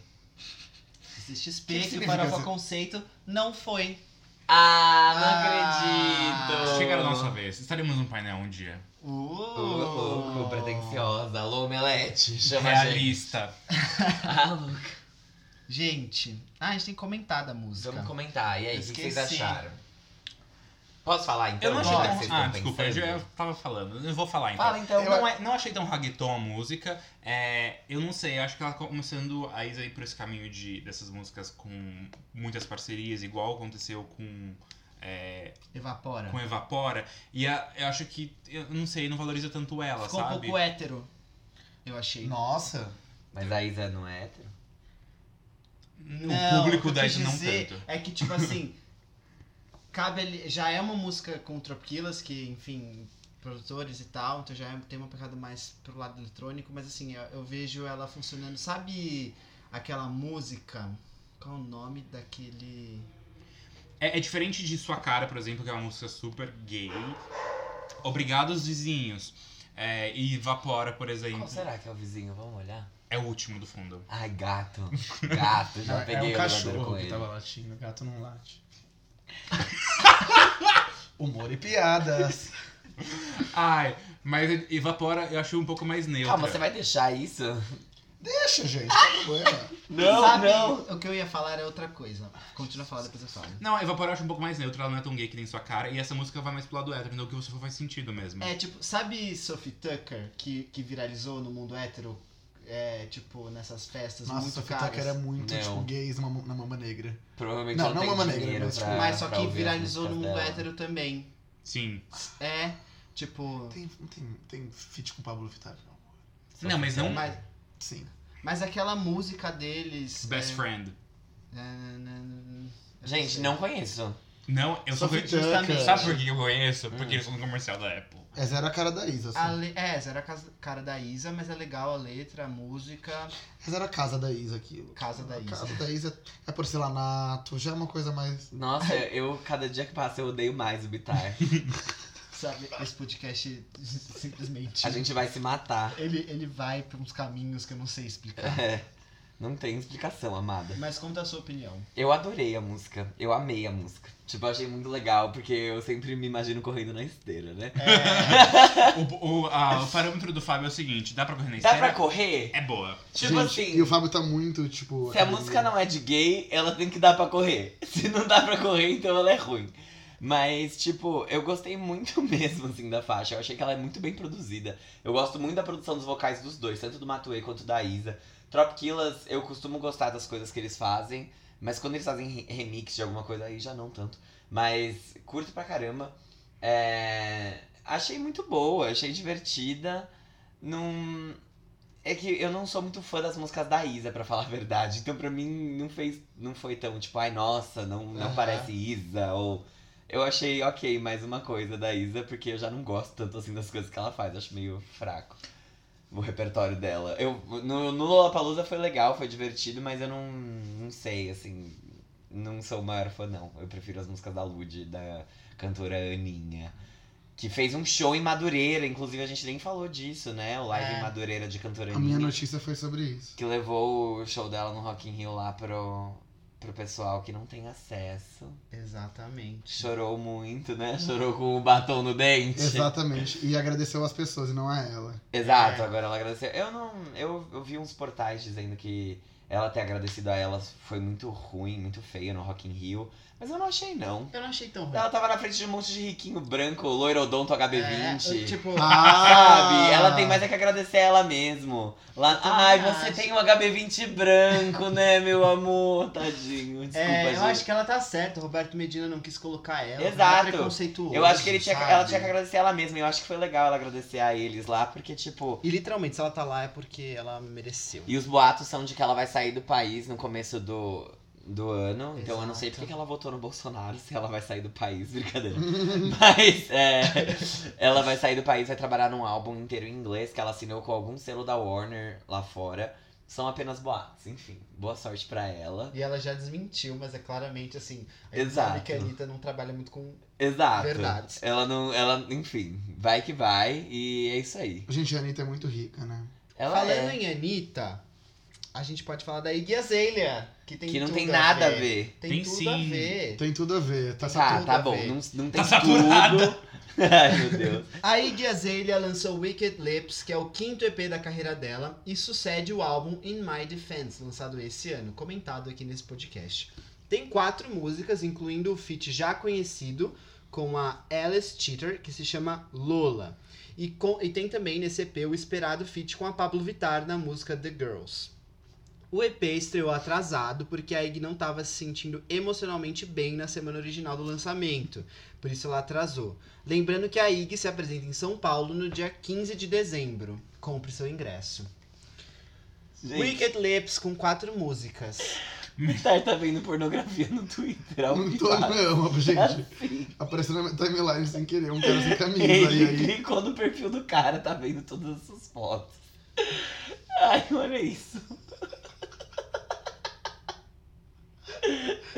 B: Esse
E: Que
B: XP
E: que
B: que, o
E: significa
B: Farofa
E: isso?
B: Conceito não foi.
A: Ah, não
B: Ah,
A: acredito!
D: Chegaram a nossa vez. Estaremos num painel um dia.
B: Uh,
A: Ô, louco, pretenciosa. Alô, Melete, chama a gente.
D: Realista.
A: Ah, louco.
B: Gente, ah, a gente tem que comentar da música.
A: Vamos comentar. E aí, o que vocês
B: Esqueci.
A: acharam? Posso falar então?
D: Eu não achei
A: já que
B: Olha,
D: tão...
A: vocês
D: Ah,
A: estão
D: desculpa, eu
A: pensando?
D: já eu tava falando. Eu vou falar então.
A: Fala então.
E: Eu-
D: Não, é- não achei tão reggaeton a música. É, eu não sei, eu acho que ela tá começando a ir aí por esse caminho de, dessas músicas com muitas parcerias, igual aconteceu com, é,
B: Evapora.
D: com Evapora. E a- eu acho que, eu não sei, não valoriza tanto ela,
B: Ficou um
D: sabe?
B: pouco hétero, eu achei.
E: Nossa!
A: Mas a Isa não é hétero?
D: o
B: Não,
D: público
B: o que eu
D: da
B: quis
D: Isa não
B: dizer
D: tanto.
B: É que, tipo assim, cabe ali, já é uma música com Tropiquilas, que, enfim, produtores e tal, então já é- tem uma pegada mais pro lado eletrônico, mas assim, eu, eu vejo ela funcionando. Sabe aquela música? Qual o nome daquele.
D: É, é diferente de Sua Cara, por exemplo, que é uma música super gay. Obrigados Vizinhos. É, e Evapora, por exemplo.
A: Qual será que é o vizinho? Vamos olhar?
D: É o último do fundo.
A: Ai, gato. Gato, já
E: É, é
A: peguei o
E: um
A: cachorro
E: cachorro
A: com
E: que
A: ele.
E: tava latindo, gato não late. Humor e piadas.
D: Ai, mas Evapora eu achei um pouco mais neutra.
A: Calma, você vai deixar isso?
E: Deixa, gente, tá problema.
B: Sabe? O que eu ia falar é outra coisa. Continua a falar, depois eu falo.
D: Não, a Evapora eu acho um pouco mais neutra, ela não é tão gay que nem sua cara, e essa música vai mais pro lado hétero, então o que você for faz sentido mesmo.
B: É, tipo, sabe Sophie Tucker, que, que viralizou no mundo hétero? É, tipo, nessas festas
E: Nossa,
B: muito
E: Sophie
B: caras.
E: Tucker é muito,
A: Não.
E: tipo, gays na, ma- na mama negra.
A: Provavelmente
E: Não,
A: ela
E: não
A: tem
E: Mama Negra,
A: dinheiro
E: mas, tipo,
A: pra-
B: Mas só
A: pra
B: que
A: ouvir as
B: viralizou no
A: músicas
B: mundo
A: dela.
B: hétero também.
D: Sim.
B: É, tipo.
E: Tem, tem, tem feat com o Pablo Vittar, não.
D: não, mas não
B: Mas,
E: Sim.
B: mas aquela música deles.
D: Best
B: é,
D: Friend.
B: na, na, na, na, eu
A: Gente,
B: sei.
A: não conheço.
D: Não, eu só
E: Sophie
D: conheço justamente.
E: Tucker.
D: Sabe por que eu conheço?
A: Hum.
D: Porque eles são no comercial da Apple.
E: Essa era a cara da Isa, assim.
B: A le... É, essa era a casa- cara da Isa, mas é legal a letra, a música,
E: Essa era É a casa da Isa, aquilo.
B: casa da
E: A
B: Isa.
E: casa da Isa é porcelanato, já é uma coisa mais...
A: Nossa, eu, cada dia que passa, eu odeio mais o Bitar.
B: Sabe, esse podcast simplesmente.
A: A gente vai se matar.
B: Ele, ele vai pra uns caminhos que eu não sei explicar.
A: É. Não tem explicação, amada.
B: Mas conta a sua opinião.
A: Eu adorei a música. Eu amei a música. Tipo, eu achei muito legal, porque eu sempre me imagino correndo na esteira, né?
D: O, o- a- o parâmetro do Fábio é o seguinte: dá pra correr na
A: Dá
D: esteira?
A: pra correr?
D: É boa.
A: Tipo
E: Gente,
A: assim.
E: E o Fábio tá muito, tipo...
A: Se a
E: academia.
A: música não é de gay, ela tem que dar pra correr. Se não dá pra correr, então ela é ruim. Mas, tipo, eu gostei muito mesmo, assim, da faixa. Eu achei que ela é muito bem produzida. Eu gosto muito da produção dos vocais dos dois, tanto do Matuei quanto da Isa. Tropkillas, eu costumo gostar das coisas que eles fazem. Mas quando eles fazem re- remix de alguma coisa, aí já não tanto. Mas curto pra caramba. É, Achei muito boa, achei divertida. Não... É que eu não sou muito fã das músicas da Isa, pra falar a verdade. Então pra mim não fez. Não foi tão tipo, ai nossa, não, não
E: Aham.
A: parece Isa. Ou. Eu achei ok mais uma coisa da Isa, porque eu já não gosto tanto assim das coisas que ela faz. Acho meio fraco o repertório dela. Eu, no, no Lollapalooza foi legal, foi divertido, mas eu não, não sei, assim. Não sou o maior fã, não. Eu prefiro as músicas da Lud, da cantora Aninha. Que fez um show em Madureira, inclusive a gente nem falou disso, né? O live
B: É.
A: em Madureira de cantora
E: A minha
A: Aninha.
E: notícia foi sobre isso.
A: Que levou o show dela no Rock in Rio lá pro, pro pessoal que não tem acesso.
B: Exatamente.
A: Chorou muito, né? Chorou com o batom no dente.
E: Exatamente. E agradeceu às pessoas e não a ela.
A: Exato, agora ela agradeceu. Eu não. Eu, eu vi uns portais dizendo que ela ter agradecido a ela foi muito ruim, muito feia no Rock in Rio. Mas eu não achei, não.
B: Eu não achei tão ruim.
A: Ela tava na frente de um monte de riquinho branco, loirodonto HB20.
B: É, tipo,
E: Ah!
A: Sabe? Ela tem mais é que agradecer a ela mesmo. Lá,
B: também
A: ai, você
B: Ah, acho.
A: tem um HB20 branco, né, meu amor? Tadinho. Desculpa,
B: é,
A: gente.
B: eu acho que ela tá certa. O Roberto Medina não quis colocar ela.
A: Exato.
B: Ele é preconceituoso,
A: Eu acho que ele tinha,
B: sabe?
A: ela tinha que agradecer ela mesma. Eu acho que foi legal ela agradecer a eles lá, porque, tipo,
B: E literalmente, se ela tá lá é porque ela mereceu.
A: E os boatos são de que ela vai sair do país no começo do, do ano. Então eu não sei
B: Exato.
A: porque que ela votou no Bolsonaro se ela vai sair do país, brincadeira. Mas é, ela vai sair do país, vai trabalhar num álbum inteiro em inglês que ela assinou com algum selo da Warner lá fora. São apenas boatos, enfim. Boa sorte pra ela.
B: E ela já desmentiu, mas é claramente assim. a gente
A: Exato.
B: sabe que a Anitta não trabalha muito com.
A: Exato.
B: Verdade.
A: Ela não. Ela, enfim, vai que vai. E é isso aí.
E: Gente, a Anitta é muito rica, né?
A: Ela
B: Falando
A: é,
B: em Anitta, a gente pode falar da Iggy Azalea, que tem
A: que não
B: tudo
A: tem nada
B: a
A: a ver.
B: Tem,
D: Tem
B: tudo
D: sim.
B: a ver.
E: Tem tudo a ver. Tá
A: Tá,
E: saturado.
B: tudo
A: tá
B: a
A: bom.
B: ver.
A: Não, não tem
D: Tá saturada.
A: tudo. Ai, meu Deus.
B: A Iggy Azalea lançou Wicked Lips, que é o quinto EP da carreira dela, e sucede o álbum In My Defense, lançado esse ano, comentado aqui nesse podcast. Tem quatro músicas, incluindo o feat já conhecido com a Alice Cheater, que se chama Lola. E, com- e tem também nesse EP o esperado feat com a Pablo Vittar na música The Girls. O EP estreou atrasado porque a Iggy não estava se sentindo emocionalmente bem na semana original do lançamento, por isso ela atrasou. Lembrando que a IG se apresenta em São Paulo no dia 15 de dezembro. Compre seu ingresso.
A: Gente.
B: Wicked Lips com quatro músicas.
A: Mitar tá vendo pornografia no Twitter. Ao
E: Não
A: vivo.
E: tô, não, gente.
A: Assim.
E: Apareceu na minha timeline sem querer, um cara sem camisa.
A: Ele
E: e aí,
A: clicou no perfil do cara, tá vendo todas essas fotos. Ai, olha isso.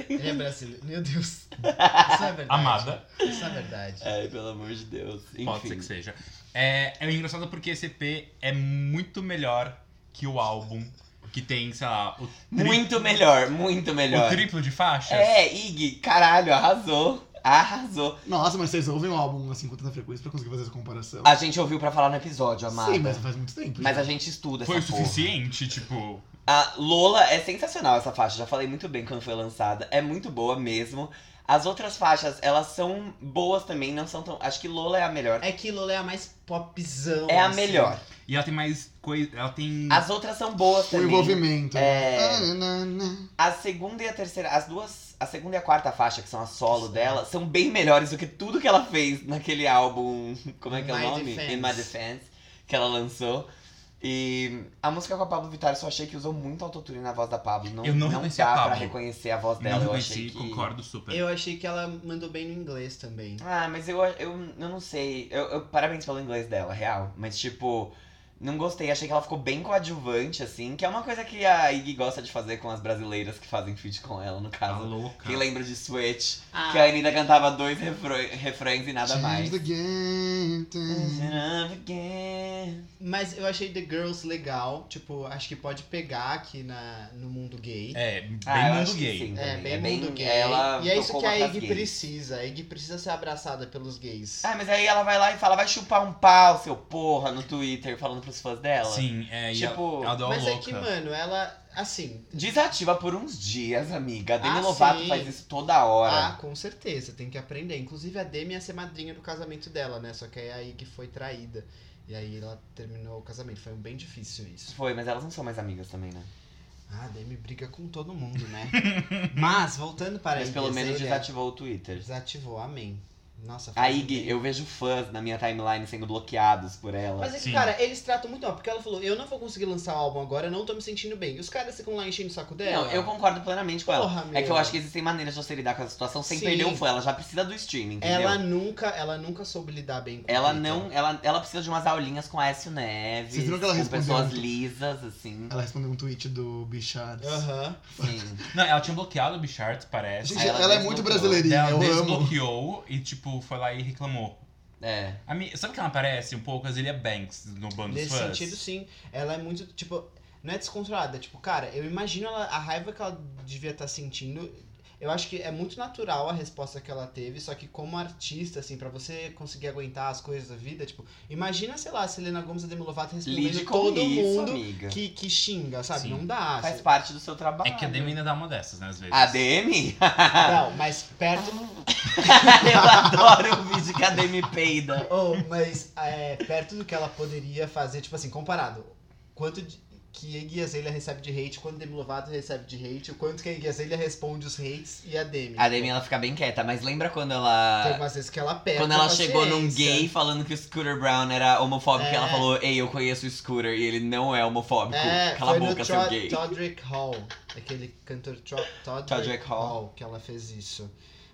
B: Ele é brasileiro. Meu Deus. Isso é verdade.
D: Amada.
B: Isso é verdade.
A: Ai, pelo amor de Deus. Enfim.
D: Pode ser que seja. É, é engraçado porque esse EP é muito melhor que o álbum que tem, sei lá, o, tri-
A: Muito melhor, muito
D: o
A: melhor.
D: triplo de faixas.
A: É, Ig, caralho, arrasou. Arrasou.
E: nossa, mas vocês ouvem o álbum assim com tanta frequência pra conseguir fazer essa comparação?
A: A gente ouviu pra falar no episódio, Ah, amada.
E: Sim, mas faz muito tempo.
A: Mas
E: já.
A: a gente estuda
D: Foi o
A: essa porra.
D: suficiente, tipo.
A: A Lola é sensacional essa faixa, já falei muito bem quando foi lançada, é muito boa mesmo. As outras faixas, elas são boas também, não são tão. Acho que Lola é a melhor.
B: É que Lola é a mais popzão.
A: É a
B: assim.
A: melhor.
D: E ela tem mais coisa. Ela tem.
A: As outras são boas
E: O
A: também.
E: envolvimento.
A: É.
E: Ah, na, na.
A: A segunda e a terceira, as duas, a segunda e a quarta faixa, que são a solo dela, são bem melhores do que tudo que ela fez naquele álbum, como é que é o
B: My
A: nome?
B: Defense.
A: In My Defense, que ela lançou. E a música com a Pablo Vittar, eu só achei que usou muito autotune na voz da Pablo. Não,
D: Eu não
A: não
D: reconheci
A: dá
D: a
A: pra
D: Pablo.
A: reconhecer a voz dela. eu
D: Não
A: achei
D: reconheci,
A: que...
D: concordo super.
B: Eu achei que ela mandou bem no inglês também.
A: Ah, mas eu, eu, eu não sei. Eu, eu- parabéns pelo inglês dela, real. Mas, tipo, não gostei. Achei que ela ficou bem coadjuvante, assim. Que é uma coisa que a Iggy gosta de fazer com as brasileiras que fazem feat com ela, no
D: Tá
A: caso.
D: louca.
A: Quem lembra de Switch?
B: Ah.
A: Que a Anitta cantava dois refrões, refrões e nada mais.
E: Change the game,
B: Hum.
E: tem-
B: Mas eu achei The Girls legal. Tipo, acho que pode pegar aqui na, no mundo gay.
D: É, bem
A: Ah, eu acho
D: mundo
A: que
D: gay.
A: sim,
B: É,
A: também.
B: bem mundo gay.
A: Ela
B: e é isso
A: tocou
B: que a
A: uma pras
B: Iggy
A: gays.
B: precisa. A Iggy precisa ser abraçada pelos gays.
A: Ah, mas aí ela vai lá e fala, vai chupar um pau, seu porra, no Twitter, falando pros fãs dela.
D: Sim, é, e
A: Tipo,
D: ela, ela deu a
B: Mas
D: louca.
B: é que, mano, ela. Assim.
A: Desativa por uns dias, amiga. A Demi
B: Ah,
A: Lovato
B: sim.
A: faz isso toda hora.
B: Ah, com certeza, tem que aprender. Inclusive a Demi ia ser madrinha do casamento dela, né? Só que aí a Iggy foi traída. E aí ela terminou o casamento. Foi bem difícil isso.
A: Foi, mas elas não são mais amigas também, né?
B: Ah, a Demi briga com todo mundo, né? Mas, voltando para a
A: mas
B: Iggy
A: pelo menos
B: Azalea,
A: desativou o Twitter.
B: Desativou, amém. Nossa,
A: A
B: faz
A: Iggy,
B: bem.
A: eu vejo fãs na minha timeline sendo bloqueados por ela.
B: Mas é que,
D: Sim.
B: cara, eles tratam muito mal, porque ela falou, eu não vou conseguir lançar o álbum agora, não tô me sentindo bem. E os caras ficam lá enchendo o saco dela.
A: Não, eu concordo plenamente com ela.
B: Porra,
A: é que eu
B: meu.
A: acho que existem maneiras de você lidar com essa situação sem
B: Sim.
A: perder o fã. Ela já precisa do streaming, entendeu?
B: Ela nunca, ela nunca soube lidar bem com
A: Ela
B: o Twitter.
A: não. Ela, ela precisa de umas aulinhas com Aécio Neves.
E: Vocês viram que ela
A: com
E: respondeu
A: pessoas
E: ontem?
A: lisas, assim.
E: Ela respondeu um tweet do Bichados.
B: Aham.
A: Sim.
D: Não, ela tinha bloqueado o Bichard, parece.
E: Gente,
A: Aí ela
E: ela, é muito
A: desbloqueou.
E: brasileirinha,
D: Ela
E: eu amo.
D: desbloqueou e, tipo, foi lá e reclamou.
A: É.
D: A mi- Sabe que ela parece um pouco a Zilia Banks no bando dos
B: Nesse
D: fãs?
B: sentido, sim. Ela é muito, tipo, não é descontrolada. Tipo, cara, eu imagino ela, a raiva que ela devia estar sentindo. Eu acho que é muito natural a resposta que ela teve, só que como artista, assim, pra você conseguir aguentar as coisas da vida, tipo, imagina, sei lá, a Selena Gomes e a Demi Lovato
A: Lide
B: respondendo
A: com
B: todo
A: isso,
B: mundo
A: amiga.
B: que, que xinga, sabe?
D: Sim.
B: Não dá. assim.
A: Faz
B: você-
A: parte do seu trabalho.
D: É que a Demi ainda dá uma dessas, né, às vezes.
A: A Demi?
B: Não, mas perto.
A: Eu adoro o vídeo que a Demi peida.
B: Oh, mas é, perto do que ela poderia fazer, tipo assim, comparado. Quanto de- que a Iggy Azalea recebe de hate, quanto Demi Lovato recebe de hate, o quanto que a Iggy Azalea responde os hates e a Demi.
A: A Demi, ela fica bem quieta, mas lembra quando
B: Tem
A: ela...
B: algumas vezes que ela perde
A: Quando ela chegou num gay falando que o Scooter Brown era homofóbico, que ela
B: É.
A: falou, ei, eu conheço o Scooter e ele não é homofóbico.
B: É,
A: Cala a
B: foi
A: boca,
B: no
A: seu
B: Tro-
A: gay.
B: Todrick Hall, aquele cantor Tro Todrick,
A: Todrick Hall.
B: Hall. que ela fez isso.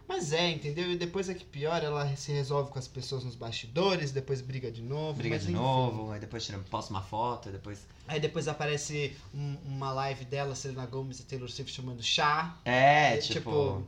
B: Mas é, entendeu? E depois é que pior, ela se resolve com as pessoas nos bastidores, depois briga de novo.
A: Briga
B: mas
A: de
B: enfim.
A: novo, aí depois tira, posta uma foto, aí depois...
B: Aí depois aparece um- uma live dela, Selena Gomez e Taylor Swift chamando chá.
A: É,
B: É,
A: tipo...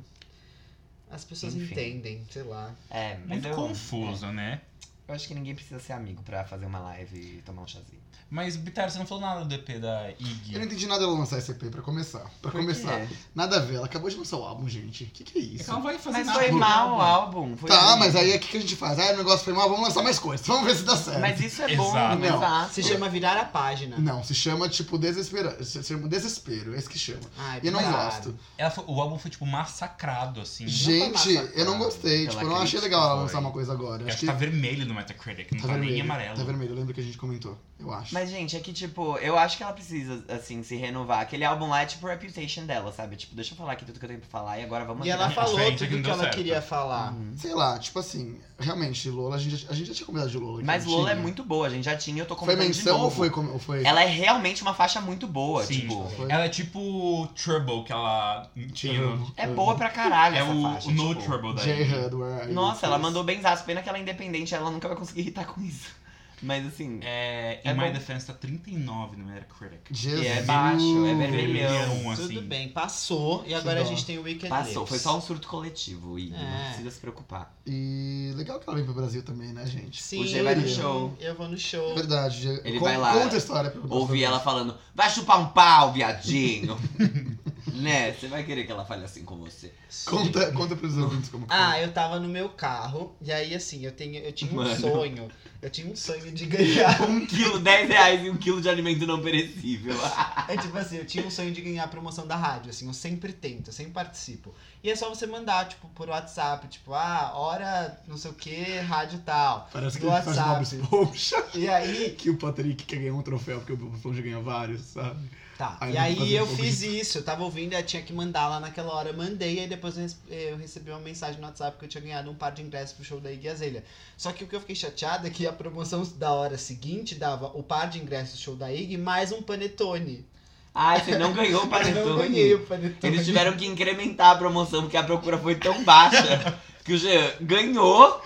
B: As pessoas
A: Enfim.
B: entendem, sei lá.
A: É, mas
D: Muito
A: eu,
D: confuso, né?
A: eu acho que ninguém precisa ser amigo pra fazer uma live e tomar um chazinho.
D: Mas, Bitar, você não falou nada do EP da
E: Eu não
D: Iggy.
E: entendi nada dela lançar esse EP, pra começar. Pra
A: Por
E: começar.
A: quê?
E: Nada a ver, ela acabou de lançar o álbum, gente. Que que é
D: É que
E: isso?
D: ela não vai fazer
A: Mas
D: nada.
A: foi
D: com o
A: mal o
D: álbum.
A: álbum. foi
E: Tá,
A: ruim.
E: mas aí o que, que a gente faz? Ah, o negócio foi mal, vamos lançar mais coisas. Vamos ver se dá certo.
A: Mas isso é bom,
D: Exato.
A: mas
E: Não.
A: ah,
B: Se chama virar a página.
E: Não, se chama, tipo, desespera... se chama desespero, é esse que chama.
B: Ai,
E: E eu não
B: para.
E: gosto.
A: tá
D: Ela foi- O álbum foi, tipo, massacrado, assim.
E: Gente,
B: massacrado
E: eu não gostei.
A: pela
E: Tipo, eu não achei
A: crítica,
E: legal ela
D: foi.
E: lançar uma coisa agora.
D: Eu
E: Acho que
D: tá vermelho no Metacritic, não tá, nem amarelo.
E: Tá vermelho, eu lembro que a gente comentou, eu acho.
A: Mas, gente, é que, tipo, eu acho que ela precisa, assim, se renovar. Aquele álbum lá é tipo reputation dela, sabe? Tipo, deixa eu falar aqui tudo que eu tenho pra falar e agora vamos
B: E ela
D: Acho
B: falou
D: que
B: tudo
D: não
B: que
D: deu
B: ela
D: certo.
B: queria
D: Ah.
B: falar.
A: Uhum.
E: Sei lá, tipo assim, realmente, Lola, a gente, a gente já tinha combinado de Lola. aqui,
A: Mas
E: não
A: Lola é
E: tinha?
A: muito boa, a gente já tinha, eu tô
E: Foi
A: comentando de
E: menção
A: novo.
E: ou foi. com- Ou foi...
A: Ela é realmente uma faixa muito boa,
D: Sim.
A: tipo.
E: Foi?
D: Ela é tipo Trouble, que ela tinha no...
E: Amo,
A: É
E: amo.
A: boa pra caralho
D: É
A: essa
D: o,
A: faixa.
D: o No
A: tipo.
D: Trouble da
E: J.
D: Iggy.
E: Hud, where are you?
A: Nossa, ela mandou benzaço. Pena que ela é independente, ela nunca vai conseguir irritar com isso. Mas, assim,
D: É, In
A: É
D: My
A: bom.
D: Defense tá 39 no Metacritic.
E: Jesus.
A: E é baixo, é vermelhão.
D: Vermelhão, assim.
B: Tudo bem, passou. E agora a
E: dó.
B: gente tem o Wicked
A: passou.
B: Lips.
A: Foi só um surto coletivo, e não
B: É.
A: precisa se preocupar.
E: E legal que ela vem pro Brasil também, né, gente?
B: Sim,
A: O G vai no
B: eu-
A: show.
B: Eu vou no
E: É
B: show.
E: Verdade. G.
A: Ele
E: Con-
A: vai lá
E: Conta a história pra
A: Ouvi ela falando, vai chupar um pau, viadinho. né? Você vai querer que ela fale assim com você.
E: Conta, conta pros ouvintes como que
B: Ah, eu tava no meu carro. E aí, assim, eu, tenho, eu tinha um
A: Mano.
B: sonho. Eu tinha um sonho de ganhar
A: Um quilo, 10 reais e um quilo de alimento não perecível.
B: É tipo assim, eu tinha um sonho de ganhar a promoção da rádio, assim, eu sempre tento, eu sempre participo. E é só você mandar, tipo, por WhatsApp, tipo, ah, hora não sei o que, rádio tal.
E: Parece que
B: do
E: ele faz Bob
B: WhatsApp.
E: Esponja.
B: E aí,
E: Que o Patrick quer ganhar um troféu, porque o Bob Esponja ganha vários, sabe?
B: tá,
E: Aí eu
B: e
E: vou fazer
B: aí eu
E: um
B: fiz isso, eu tava ouvindo ainda tinha que mandar lá naquela hora. Eu Mandei, aí depois eu, res- eu recebi uma mensagem no WhatsApp que eu tinha ganhado um par de ingressos pro show da Iggy Azalea. Só que o que eu fiquei chateada é que a promoção da hora seguinte dava o par de ingressos do show da Iggy mais um panetone.
A: Ai, Ah, você não ganhou o
B: Eu não ganhei
A: panetone.
B: o panetone.
A: Eles tiveram que incrementar a promoção, porque a procura foi tão baixa que o Jean ganhou.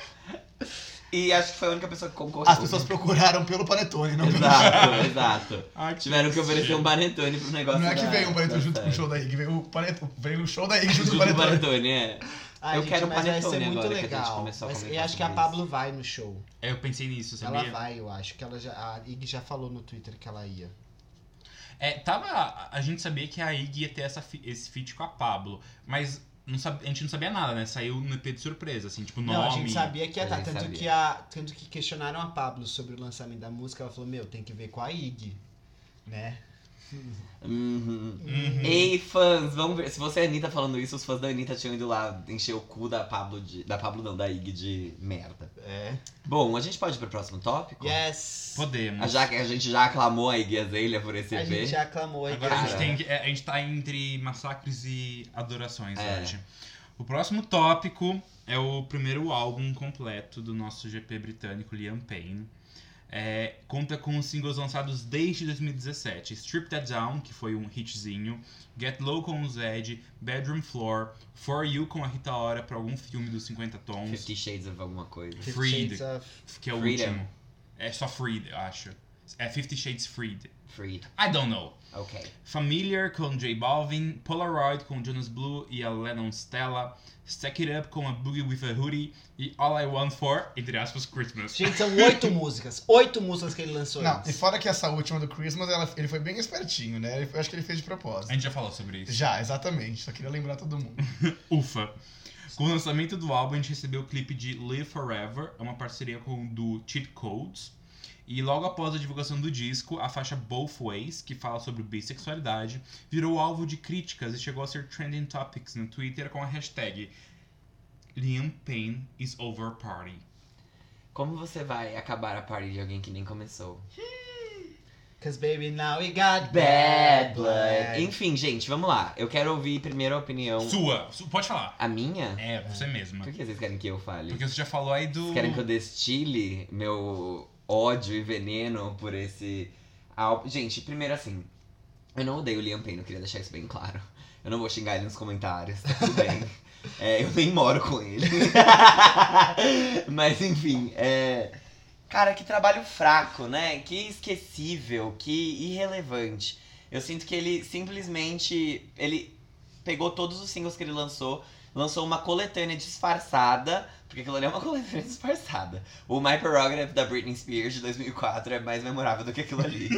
A: E acho que foi a única pessoa que concorreu.
E: As pessoas procuraram pelo panetone, não é
A: Exato, exato.
D: Ai, que
A: Tiveram que oferecer um panetone pro negócio.
E: Não é que
A: da-
E: veio um
A: da
E: panetone junto com o
A: série.
E: show da Ig, veio o panetone, veio o show da Ig junto com o
A: Junto com o
E: panetone.
A: panetone, é.
B: Ai,
A: Eu
B: gente,
A: quero
B: mas vai
A: panetone
B: ser muito
A: agora que a gente
B: legal.
A: começou a
B: Mas eu
A: comentar
B: acho que a
A: sobre isso.
B: Pablo vai no show.
D: É, Eu pensei nisso, sabia?
B: Ela vai, eu acho. Que ela já, a Ig já falou no Twitter que ela ia.
D: É, tava. a- A gente sabia que a Iggy ia ter essa, fi- esse feat com a Pablo, mas não sab- a gente não sabia nada, né? Saiu no EP de surpresa, assim, tipo, nome.
B: Não, a gente sabia que ia
A: A
B: estar.
A: gente
B: Tanto
A: sabia.
B: que, a, tanto que questionaram a Pablo sobre o lançamento da música. Ela falou: Meu, tem que ver com a Ig. Né?
A: Uhum.
B: Hum.
D: Uhum.
A: Ei, fãs, vamos ver. Se você é a Anitta falando isso, os fãs da Anitta tinham ido lá encher o cu da Pablo de. Da Pablo não, da Ig de merda.
B: É.
A: Bom, a gente pode ir pro próximo tópico?
B: Yes!
D: Podemos.
A: Já que a gente já aclamou a Iggy Azalea por esse
B: A
A: EP.
B: gente já aclamou
D: Agora a gente,
A: cara.
D: tem, que- é, a gente tá entre massacres e adorações
A: É.
D: hoje. O próximo tópico é o primeiro álbum completo do nosso GP britânico, Liam Payne. É, conta com os singles lançados desde 2017. Strip That Down, que foi um hitzinho. Get Low com o Zed. Bedroom Floor. For You com a Rita Ora pra algum filme dos 50 Tons.
A: Fifty Shades of alguma coisa.
B: Fifty
D: Freed.
B: Shades of-
D: Que é o
A: Freedom.
D: último. É só Freed, eu acho. É Fifty Shades Freed.
A: Freed.
D: I don't know.
A: Ok.
D: Familiar com J Balvin, Polaroid com Jonas Blue e a Lennon Stella, Stack It Up com a Boogie With a Hoodie e All I Want For, entre aspas, Christmas.
B: Gente, são oito músicas. Oito músicas que ele lançou
E: Não, e
B: antes.
E: fora que essa última do Christmas, ela- ele foi bem espertinho, né? Ele- Eu acho que ele fez de
A: É
D: A
E: propósito.
D: gente já falou sobre isso.
E: Já, exatamente. Só queria lembrar todo mundo.
D: Ufa! Com o lançamento do álbum, a gente recebeu o clipe de Live Forever, é uma parceria com o do Cheat Codes. E logo após a divulgação do disco, a faixa Both Ways, que fala sobre bissexualidade, virou alvo de críticas e chegou a ser trending topics no Twitter com a hashtag Liam Payne is over party.
A: Como você vai acabar a party de alguém que nem começou?
B: Cause baby, now we got
A: Bad Blood. Enfim, gente, vamos lá. Eu quero ouvir primeiro a opinião.
D: Sua, su- pode falar.
A: A minha?
D: É, você mesma.
A: Então- Por que vocês querem que eu fale?
D: Porque você já falou aí do.
A: Vocês querem que eu destile meu ódio e veneno por esse álbum? Gente, primeiro assim, eu não odeio o Liam Payne, eu queria deixar isso bem claro. Eu não vou xingar ele nos comentários, tá tudo bem. É, eu nem moro com ele. Mas enfim, é. Cara, que trabalho fraco, né? Que esquecível, que irrelevante. Eu sinto que ele simplesmente. Ele pegou todos os singles que ele lançou, lançou uma coletânea disfarçada, porque aquilo ali é uma coletânea disfarçada. O My Prerogative da Britney Spears de 2004 é mais memorável do que aquilo ali.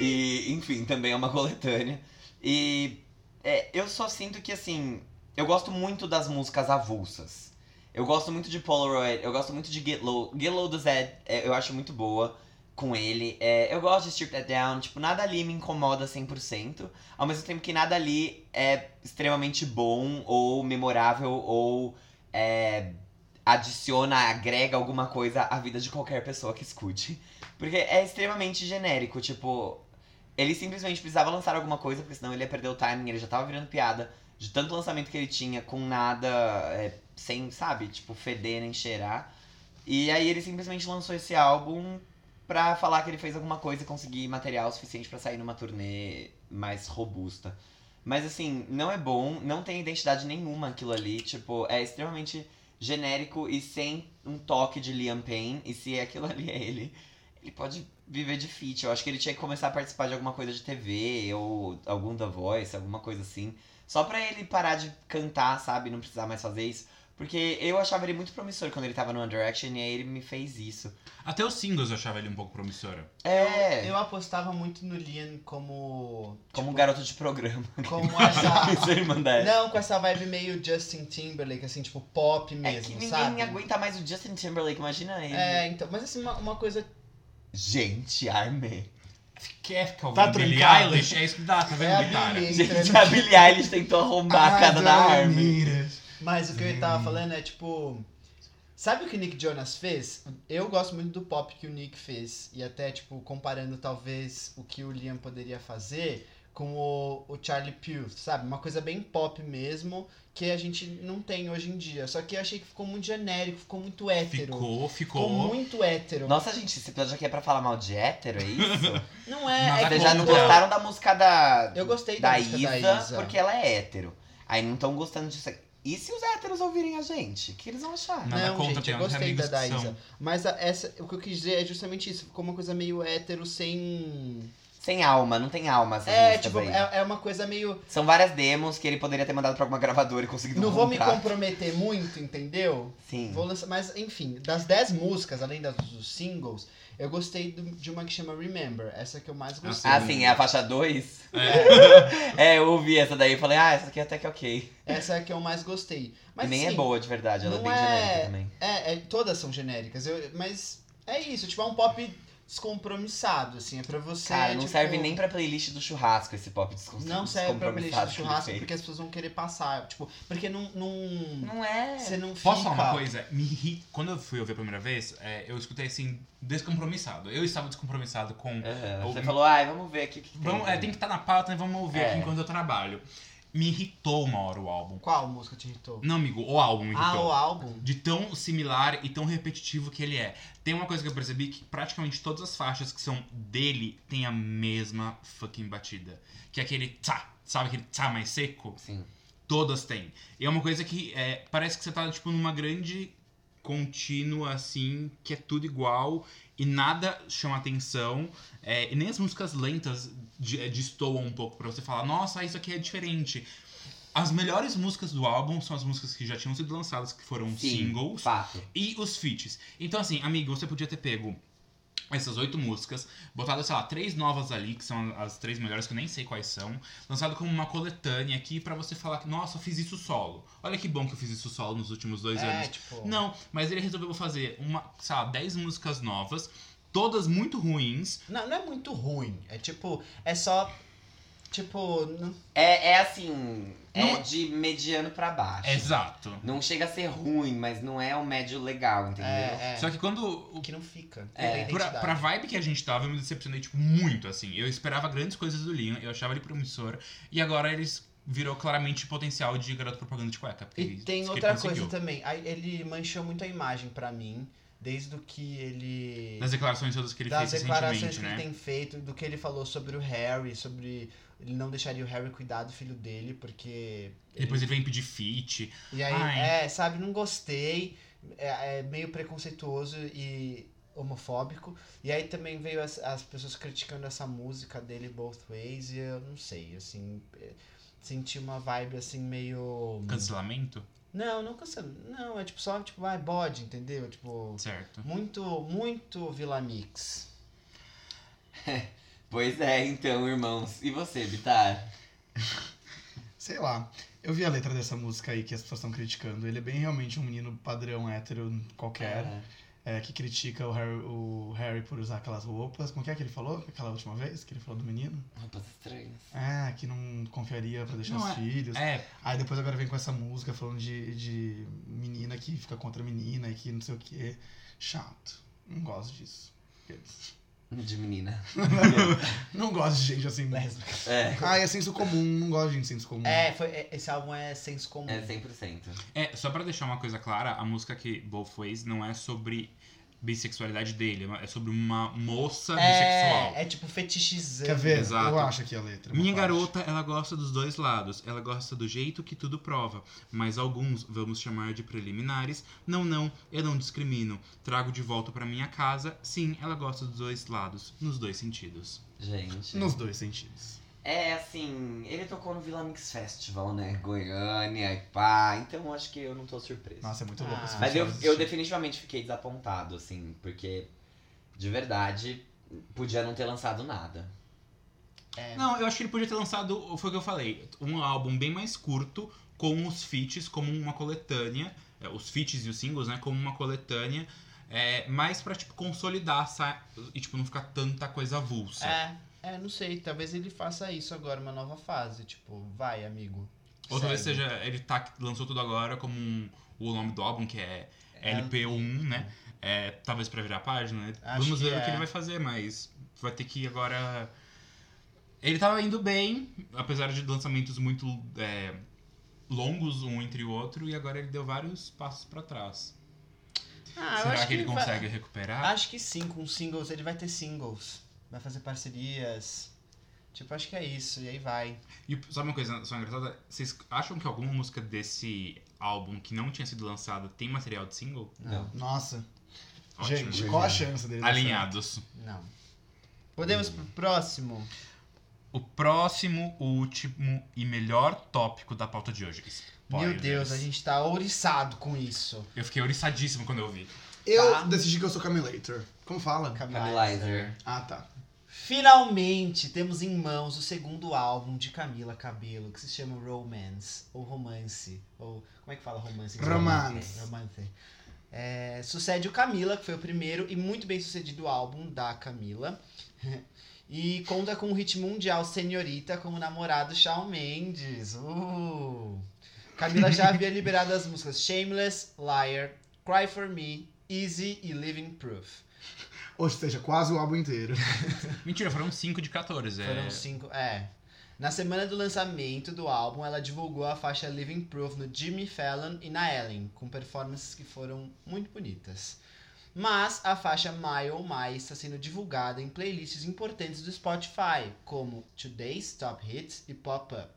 A: e, enfim, também é uma coletânea. E é, eu só sinto que, assim, eu gosto muito das músicas avulsas. Eu gosto muito de Polaroid, eu gosto muito de Get Low. Get Low do Zed, é, eu acho muito boa com ele. É, eu gosto de Strip That Down, tipo, nada ali me incomoda 100%. Ao mesmo tempo que nada ali é extremamente bom, ou memorável, ou é, adiciona, agrega alguma coisa à vida de qualquer pessoa que escute. Porque é extremamente genérico, tipo... Ele simplesmente precisava lançar alguma coisa, porque senão ele ia perder o timing, ele já tava virando piada. De tanto lançamento que ele tinha, com nada, é, sem, sabe, tipo, feder nem cheirar. E aí ele simplesmente lançou esse álbum pra falar que ele fez alguma coisa e conseguir material suficiente pra sair numa turnê mais robusta. Mas assim, não é bom, não tem identidade nenhuma aquilo ali, tipo, é extremamente genérico e sem um toque de Liam Payne, e se aquilo ali é ele, ele pode viver de feat. Eu acho que ele tinha que começar a participar de alguma coisa de TV ou algum The Voice, alguma coisa assim, só pra ele parar de cantar, sabe, não precisar mais fazer isso. Porque eu achava ele muito promissor quando ele tava no One Direction e aí ele me fez isso.
D: Até os singles eu achava ele um pouco promissora.
A: É.
B: Eu tipo, apostava muito no Liam como.
A: Como um garoto de programa.
B: Como essa.
A: Isso, é. irmã dela.
B: Não, com essa vibe meio Justin Timberlake, assim, tipo pop
A: É que
B: mesmo,
A: ninguém
B: sabe?
A: aguenta mais o Justin Timberlake, imagina ele.
B: É, então, mas assim, uma, uma coisa.
A: Gente, arme.
D: Quer é ficar
E: Tá
D: ouvindo Billie
E: trincado.
D: Eilish? É isso que dá, tá
B: É a
D: vendo, cara?
B: Billie.
A: Gente, a Billie Eilish tentou arrombar
B: Ah,
A: a casa da arme.
B: Mas o que eu tava falando é tipo. Sabe o que o Nick Jonas fez? Eu gosto muito do pop que o Nick fez. E até, tipo, comparando talvez o que o Liam poderia fazer como o Charlie Puth, sabe? Uma coisa bem pop mesmo, que a gente não tem hoje em dia. Só que eu achei que ficou muito genérico, ficou muito hétero.
D: Ficou,
B: Ficou
D: ficou.
B: muito hétero.
A: Nossa, gente, esse episódio aqui é pra falar mal de hétero, é isso?
B: Não é,
D: Nada
B: é que
A: Vocês já não
D: contra.
A: gostaram da música da.
B: Eu gostei da
A: da,
B: música
A: Isa,
B: da Isa.
A: porque ela é hétero. Aí não estão gostando disso aqui. E se os héteros ouvirem a gente? O que eles vão achar?
D: Nada
B: não,
D: contra,
B: gente,
D: tem
B: eu
D: uns
B: gostei da
D: amigos que
B: Daísa.
D: são.
B: Mas a- essa, o que eu quis dizer é justamente isso. Ficou uma coisa meio hétero sem.
A: Sem alma, não tem alma essas
B: É,
A: músicas
B: tipo,
A: aí.
B: é, é uma coisa meio.
A: São várias demos que ele poderia ter mandado pra alguma gravadora e conseguido
B: Não vou me
A: comprar.
B: comprometer muito, entendeu?
A: Sim.
B: Vou lançar, mas enfim, das 10 músicas, além das dos singles, eu gostei do- de uma que chama Remember. Essa que eu mais gostei.
A: Ah, sim, é a faixa 2? É. eu ouvi essa daí e falei, ah, essa aqui até que é ok.
B: Essa é a que eu mais gostei. Mas
A: e nem é
B: assim,
A: boa de verdade, ela é
B: não
A: bem
B: é-
A: genérica também.
B: É, é, todas são genéricas. Eu, mas é isso, tipo, é um pop descompromissado, assim, é pra você.
A: Cara, não
B: tipo,
A: serve nem pra playlist do churrasco esse pop desconstruído.
B: Não serve pra playlist de churrasco
A: porque.
B: porque as pessoas vão querer passar. Tipo, porque não. não
A: Não é.
B: você não fica.
D: Posso falar uma coisa? Me irrita. Quando eu fui ouvir a primeira vez, é, eu escutei assim, descompromissado. Eu estava descompromissado com.
A: Aham, Você
D: Ou-
A: falou, ai, vamos ver aqui o que, que
D: Vamos,
A: tem.
D: é, tem que estar na pauta, né? Vamos ouvir
A: É.
D: aqui enquanto eu trabalho. Me irritou uma hora o álbum.
B: Qual música te irritou?
D: Não, amigo, o álbum me
B: Ah,
D: irritou.
B: o álbum?
D: De tão similar e tão repetitivo que ele é. Tem uma coisa que eu percebi que praticamente todas as faixas que são dele têm a mesma fucking batida. Que é aquele tá, sabe aquele tá mais seco?
A: Sim.
D: Todas têm. E é uma coisa que é, parece que você tá, tipo, numa grande contínua, assim, que é tudo igual e nada chama atenção. é, e nem as músicas lentas de- é, destoam um pouco pra você falar, nossa, isso aqui é diferente. As melhores músicas do álbum são as músicas que já tinham sido lançadas, que foram
A: Sim,
D: singles
A: Fato.
D: e os feats. Então, assim, amigo, você podia ter pego essas oito músicas, botado, sei lá, três novas ali, que são as três melhores, que eu nem sei quais são, lançado como uma coletânea aqui pra você falar que, nossa, eu fiz isso solo. Olha que bom que eu fiz isso solo nos últimos dois
B: É,
D: anos.
B: tipo.
D: Não, mas ele resolveu fazer uma, sei lá, dez músicas novas, todas muito ruins.
B: Não, não é muito ruim. É tipo, é só. Tipo. não-
A: É, é assim, é
D: Não-
A: de mediano pra baixo.
D: Exato.
A: Não chega a ser ruim, mas não é um médio legal, entendeu?
B: É, é.
D: Só que quando
B: O que não fica.
A: É,
B: Tem
D: Pra,
B: identidade.
D: pra vibe que a gente tava, eu me decepcionei, tipo, muito, assim. Eu esperava grandes coisas do Liam, eu achava ele promissor. E agora eles virou claramente potencial de garoto propaganda de cueca. Porque
B: E
D: ele-
B: tem
D: ele
B: outra
D: conseguiu.
B: coisa também. aí Ele manchou muito a imagem pra mim, desde o que ele.
D: Das declarações todas que ele
B: das
D: fez
B: declarações
D: recentemente,
B: que
D: né?
B: ele tem feito, do que ele falou sobre o Harry, sobre ele não deixaria o Harry cuidar do filho dele, porque.
D: Depois ele vem pedir feat.
B: E aí,
D: Ai.
B: é, sabe, não gostei, é, é meio preconceituoso e homofóbico. E aí também veio as, as pessoas criticando essa música dele, Both Ways, e eu não sei, assim. é, Senti uma vibe assim meio.
D: Cancelamento?
B: Não, não cancela. Não, é tipo só, tipo, vai, bode, entendeu? Tipo.
D: Certo.
B: Muito, muito Vila Mix.
A: Pois é, então, irmãos. E você, Bitar?
E: Sei lá. Eu vi a letra dessa música aí que as pessoas estão criticando. Ele é bem realmente um menino padrão hétero qualquer,
A: Ah,
E: é, que critica o Harry, o Harry por usar aquelas roupas. Como que é que ele falou? Aquela última vez que ele falou do menino?
A: Roupas estranhas.
E: Ah, que não confiaria pra deixar
D: Não,
E: os
D: é-
E: filhos.
D: É,
E: Aí depois agora vem com essa música falando de, de menina que fica contra menina e que não sei o que. Chato. Não gosto disso.
A: De menina.
E: Não gosto de gente assim.
A: É.
E: Ah, é senso comum. Não gosto de gente senso
D: Hum.
E: comum.
B: É, foi, é, esse álbum é senso comum.
A: É 100%.
D: é, só pra deixar uma coisa clara, a música que Both Ways não é sobre bissexualidade dele, é sobre uma moça bissexual.
B: é, é tipo fetichizando.
E: Quer ver?
D: Exato.
E: Eu acho aqui a letra. uma
D: Minha
E: parte.
D: garota, ela gosta dos dois lados. Ela gosta do jeito que tudo prova. Mas alguns, vamos chamar de preliminares. Não, não, eu não discrimino. Trago de volta pra minha casa. Sim, ela gosta dos dois lados, nos dois sentidos.
A: Gente.
E: Nos dois sentidos.
A: É assim, ele tocou no Vila Mix Festival, né? Goiânia e pá. Então acho que eu não tô surpreso.
E: Nossa, é muito
B: Ah.
E: louco esse
A: Mas
E: festival
A: eu, eu
E: existir.
A: definitivamente fiquei desapontado, assim, porque de verdade podia não ter lançado nada.
B: É.
D: Não, eu acho que ele podia ter lançado, foi o que eu falei, um álbum bem mais curto, com os feats como uma coletânea. é, Os feats e os singles, né? Como uma coletânea. É, mais pra, tipo, consolidar sa- e, tipo, não ficar tanta coisa avulsa.
B: É, é, não sei. Talvez ele faça isso agora, uma nova fase. Tipo, vai, amigo.
D: Ou talvez
B: Segue.
D: seja, ele tá, lançou tudo agora como um- o nome do álbum, que é
B: É.
D: LP1, né? É, talvez pra virar página, né?
B: Acho
D: Vamos
B: que
D: ver o que
B: é.
D: ele vai fazer, mas vai ter que agora Ele tava indo bem, apesar de lançamentos muito é, longos um entre o outro, e agora ele deu vários passos pra trás.
B: Ah,
D: Será que, ele
B: vai- Ah,
D: consegue recuperar?
B: Acho que sim, com singles. Ele vai ter singles. Vai fazer parcerias. Tipo, acho que é isso. E aí vai.
D: E sabe uma coisa só engraçada? Vocês acham que alguma música desse álbum que não tinha sido lançada tem material de single?
B: Não.
E: Nossa.
D: Ótimo.
E: Gente, qual a chance dele? dar
D: Alinhados.
B: Não. Podemos pro próximo?
D: O próximo, o último e melhor tópico da pauta de hoje.
B: Meu Deus, a gente tá ouriçado com isso.
D: Eu fiquei oriçadíssimo quando eu vi.
E: certo? Eu
B: Tá.
E: decidi que eu sou Camelator. Como fala?
B: é.
A: Camilizer.
E: Ah, tá.
B: Finalmente temos em mãos o segundo álbum de Camila Cabello, que se chama Romance, ou Romance, ou como é que fala Romance?
E: Romance.
B: Romance. É, sucede o Camila, que foi o primeiro e muito bem sucedido álbum da Camila. E conta com o hit mundial Senhorita com o namorado Shawn Mendes. Uh! Camila já havia liberado as músicas Shameless, Liar, Cry For Me, Easy e Living Proof.
E: Ou seja, quase o álbum inteiro.
D: Mentira, foram 5 de 14. é.
B: Foram cinco. É. Na semana do lançamento do álbum, ela divulgou a faixa Living Proof no Jimmy Fallon e na Ellen, com performances que foram muito bonitas. Mas a faixa My Oh My está sendo divulgada em playlists importantes do Spotify, como Today's Top Hits e Pop Up.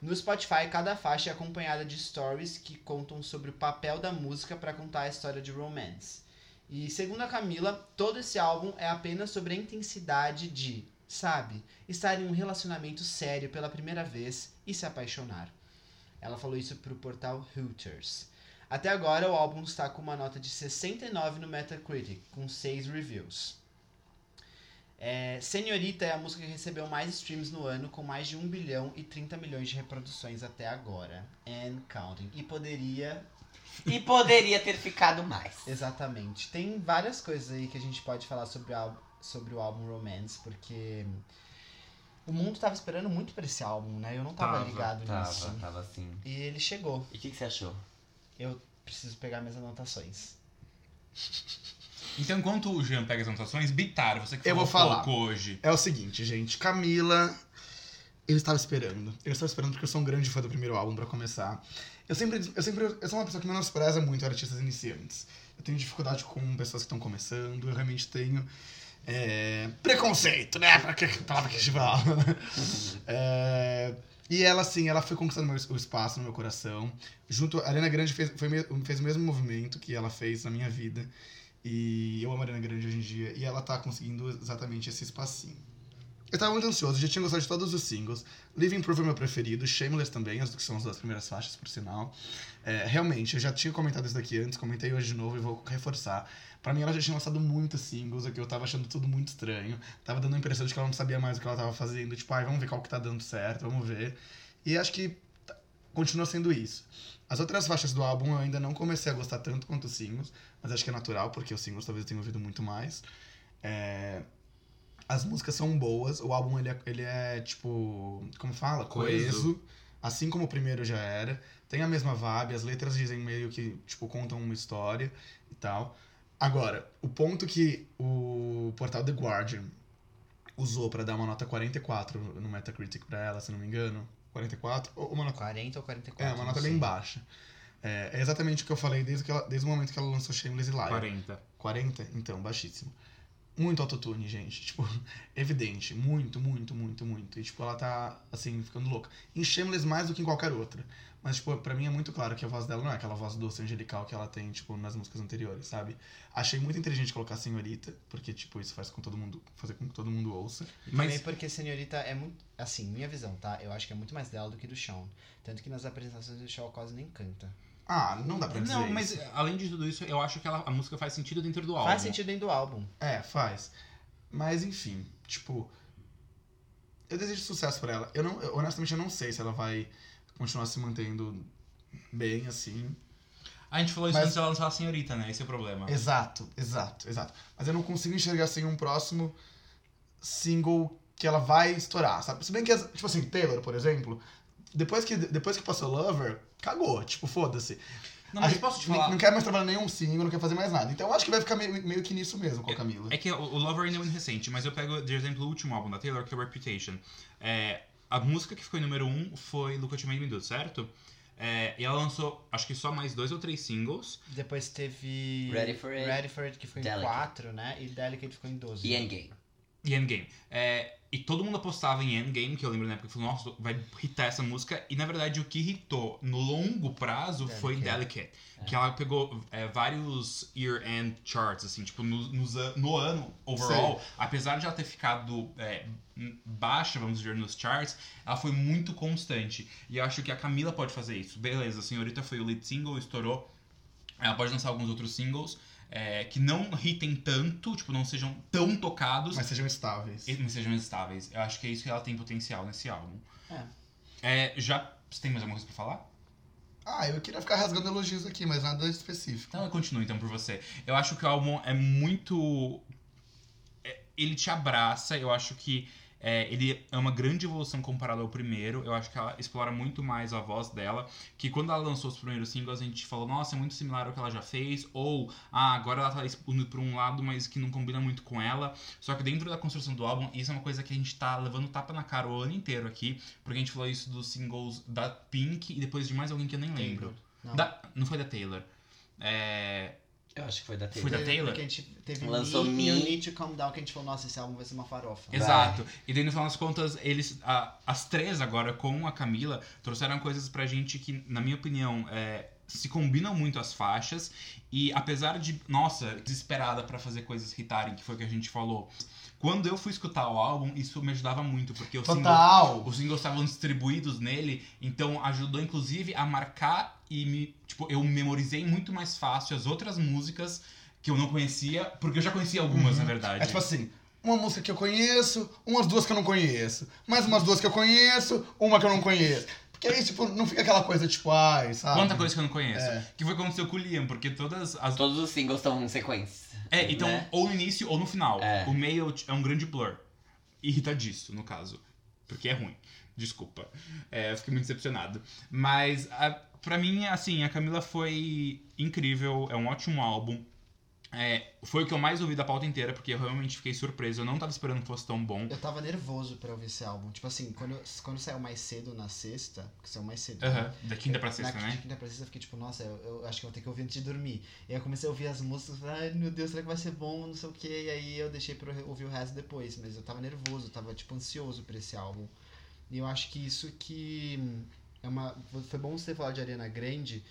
B: No Spotify, cada faixa é acompanhada de stories que contam sobre o papel da música para contar a história de romance. E segundo a Camila, todo esse álbum é apenas sobre a intensidade de, sabe, estar em um relacionamento sério pela primeira vez e se apaixonar. Ela falou isso pro portal Hooters. Até agora, o álbum está com uma nota de 69 no Metacritic, com 6 reviews. É, Senhorita é a música que recebeu mais streams no ano, com mais de 1 bilhão e 30 milhões de reproduções até agora. And counting. E poderia
A: E poderia ter ficado mais.
B: Exatamente. Tem várias coisas aí que a gente pode falar sobre, o ál- sobre o álbum Romance, porque o mundo tava esperando muito pra esse álbum, né? Eu não tava,
D: Tava,
B: ligado
A: Tava,
B: nisso.
A: tava assim.
B: E ele chegou.
A: E o que, que você achou?
B: Preciso pegar minhas anotações.
D: Então, enquanto o Jean pega as anotações, Bitar, você que
E: Eu vou
D: falou
E: falar.
D: pouco hoje.
E: É o seguinte, gente. Camila, eu estava esperando. Eu estava esperando porque eu sou um grande fã do primeiro álbum, pra começar. Eu sempre, eu sempre, eu sou uma pessoa que menospreza muito artistas iniciantes. Eu tenho dificuldade com pessoas que estão começando. Eu realmente tenho é, preconceito, né? Pra que que- palavra que a gente fala. É, e ela, assim, ela foi conquistando meu, o espaço no meu coração. Junto, a Ariana Grande fez, foi me- fez o mesmo movimento que ela fez na minha vida. E eu amo a Ariana Grande hoje em dia. E ela tá conseguindo exatamente esse espacinho. Eu tava muito ansioso, já tinha gostado de todos os singles. Living Proof é meu preferido, Shameless também, as que são as duas primeiras faixas, por sinal. É, realmente, eu já tinha comentado isso daqui antes, comentei hoje de novo e vou reforçar. Pra mim, ela já tinha lançado muitos singles, é que eu tava achando tudo muito estranho. Tava dando a impressão de que ela não sabia mais o que ela tava fazendo. Tipo, ai, vamos ver qual que tá dando certo, vamos ver. E acho que tá- continua sendo isso. As outras faixas do álbum eu ainda não comecei a gostar tanto quanto os singles, mas acho que é natural, porque os singles talvez eu tenha ouvido muito mais. É, As músicas são boas, o álbum ele é, ele é tipo. Como fala?
D: Coeso.
E: Coeso. Assim como o primeiro já era. Tem a mesma vibe, as letras dizem meio que, tipo, contam uma história e tal. Agora, o ponto que o portal The Guardian usou pra dar uma nota 44 no Metacritic pra ela, se não me engano. 44? Ou uma nota
B: 40 ou 44?
E: é, uma nota
B: não
E: bem
B: sei.
E: baixa. É, é exatamente o que eu falei desde, que ela- desde o momento que ela lançou Shameless e Liar.
D: 40.
E: 40? Então, baixíssimo. Muito autotune, gente. Tipo, evidente. Muito, muito, muito, muito. E, tipo, ela tá, assim, ficando louca. Em Shameless mais do que em qualquer outra. Mas, tipo, pra mim é muito claro que a voz dela não é aquela voz doce angelical que ela tem, tipo, nas músicas anteriores, sabe? Achei muito inteligente colocar senhorita, porque, tipo, isso faz com todo mundo, fazer com que todo mundo ouça.
B: E
D: Mas-
B: Também porque Senhorita é muito. Assim, minha visão, tá? Eu acho que é muito mais dela do que do Shawn. Tanto que nas apresentações do Shawn quase nem canta.
E: Ah, não dá pra dizer
D: Não, mas
E: isso.
D: além de tudo isso, eu acho que ela- a música faz sentido dentro do álbum.
A: né?
B: Faz sentido dentro do álbum.
E: É, faz. Mas enfim, tipo. Eu desejo sucesso pra ela. Eu não, eu, honestamente, eu não sei se ela vai continuar se mantendo bem assim.
D: A gente falou isso
E: Mas-
D: antes dela lançar a senhorita, né? Esse é o problema.
E: Exato, exato, exato. Mas eu não consigo enxergar assim um próximo single que ela vai estourar, sabe? Se bem que, as- tipo assim, Taylor, por exemplo, depois que, depois que passou Lover, cagou, tipo, foda-se.
D: Não,
E: A
D: mas
E: gente
D: posso te
E: não-
D: falar?
E: Não quer mais trabalhar nenhum single, não quer fazer mais nada. Então eu acho que vai ficar meio, meio que nisso mesmo com a Camila.
D: É que o o Lover ainda é muito recente, mas eu pego, de exemplo, o último álbum da Taylor, que é o Reputation. É, a música que ficou em número 1 um foi Look What You Made Me Do, certo? É, e ela lançou, acho que só mais dois ou três singles.
B: Depois teve.
A: Ready for It.
B: Ready for It, que foi em
A: Delicate.
B: 4, né? E Delicate ficou em 12.
A: E é Endgame.
D: E Endgame. É, e todo mundo apostava em Endgame, que eu lembro na época, que falou, nossa, vai hitar essa música. E na verdade, o que hitou no longo prazo foi Delicate. Que ela pegou é, vários year-end charts, assim, tipo, no, nos an- no ano, overall. Apesar de ela ter ficado é, m- baixa, vamos dizer, nos charts, ela foi muito constante. E eu acho que a Camila pode fazer isso. Beleza, Senhorita foi o lead single, estourou. Ela pode lançar alguns outros singles. é, que não hitem tanto, tipo, não sejam tão tocados,
E: Mas sejam estáveis.
D: e- mas sejam estáveis. Eu acho que é isso que ela tem potencial nesse álbum.
B: É.
D: É, já. Você tem mais alguma coisa pra falar?
E: Ah, eu queria ficar rasgando elogios aqui, mas nada específico.
D: Então eu continuo então por você. Eu acho que o álbum é muito. é, Ele te abraça, eu acho que é, ele é uma grande evolução comparado ao primeiro. Eu acho que ela explora muito mais a voz dela. Que quando ela lançou os primeiros singles, a gente falou, nossa, é muito similar ao que ela já fez. Ou, ah, agora ela tá indo pra um lado, mas que não combina muito com ela. Só que dentro da construção do álbum, isso é uma coisa que a gente tá levando tapa na cara o ano inteiro aqui. Porque a gente falou isso dos singles da Pink e depois de mais alguém que eu nem lembro.
B: Não.
D: Da- não foi da Taylor. É,
A: Eu acho que foi da TV.
D: Foi da-
B: Teve-
D: Taylor?
B: Que a gente teve
A: Lançou
B: Me, e o
A: Me.
B: Need to Calm Down, que a gente falou, nossa, esse álbum vai ser uma farofa.
D: Exato. E daí, no final das contas, eles. a- as três agora, com a Camila, trouxeram coisas pra gente que, na minha opinião, é, se combinam muito as faixas. E apesar de, nossa, desesperada pra fazer coisas hitarem, que foi o que a gente falou. Quando eu fui escutar o álbum, isso me ajudava muito, porque o single
E: Total!
D: os singles estavam distribuídos nele, então ajudou inclusive a marcar e me, tipo, eu memorizei muito mais fácil as outras músicas que eu não conhecia, porque eu já conhecia algumas, na verdade.
E: É tipo assim, uma música que eu conheço, umas duas que eu não conheço, mais umas duas que eu conheço, uma que eu não conheço. Porque aí, tipo, não fica aquela coisa, tipo, ai, sabe?
D: Quanta coisa que eu não conheço.
E: É.
D: Que foi o que aconteceu com o Liam, porque todas as.
A: Todos os singles estão em sequência.
D: É, então,
A: né?
D: ou no início ou no final.
A: É.
D: O meio é um grande blur. Irrita disso, no caso. Porque é ruim. Desculpa. É, eu fiquei muito decepcionado. Mas, a, pra mim, assim, a Camila foi incrível. É um ótimo álbum. É, foi o que eu mais ouvi da pauta inteira, porque eu realmente fiquei surpreso. Eu não tava esperando que fosse tão bom.
B: Eu tava nervoso pra ouvir esse álbum. Tipo assim, quando, eu- quando saiu mais cedo na sexta, que saiu mais cedo. né?
D: Aham. Da quinta pra sexta,
B: na
D: né?
B: quinta pra sexta eu fiquei tipo, nossa, eu, eu acho que eu vou ter que ouvir antes de dormir. E aí eu comecei a ouvir as músicas, falei, ai meu Deus, será que vai ser bom, não sei o que. E aí eu deixei pra eu re- ouvir o resto depois. Mas eu tava nervoso, eu tava tipo ansioso pra esse álbum. E eu acho que isso que hum, é uma. Foi bom você ter falado de Ariana Grande.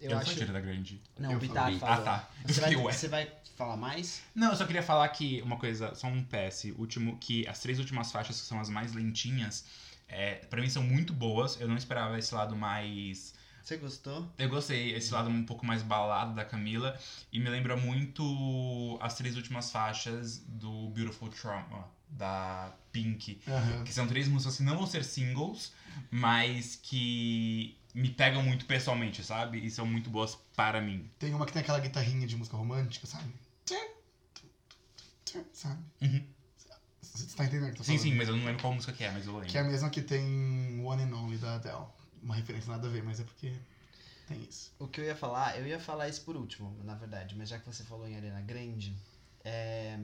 B: Eu,
D: Eu, sou
B: acho.
D: tira da grande.
B: Não,
A: Eu
B: o Bitar
A: falei.
B: falou.
D: Ah, tá.
B: Você vai,
D: Ué.
B: você vai falar mais?
D: Não, eu só queria falar que uma coisa, só um PS último, que as três últimas faixas que são as mais lentinhas, é, para mim são muito boas. Eu não esperava esse lado mais,
B: Você gostou?
D: eu gostei esse lado um pouco mais balado da Camila e me lembra muito as três últimas faixas do Beautiful Trauma da Pink,
E: Aham.
D: que são três músicas que não vão ser singles, mas que me pegam muito pessoalmente, sabe? E são muito boas para mim.
E: Tem uma que tem aquela guitarrinha de música romântica, sabe? Sabe?
D: Uhum.
E: Você tá entendendo o que eu tô
D: Sim,
E: falando?
D: sim, mas eu não lembro qual música que é, mas eu lembro.
E: Que é a mesma que tem One and Only da Adele. Uma referência nada a ver, mas é porque tem isso.
B: O que eu ia falar, eu ia falar isso por último, na verdade, mas já que você falou em Arena Grande, é,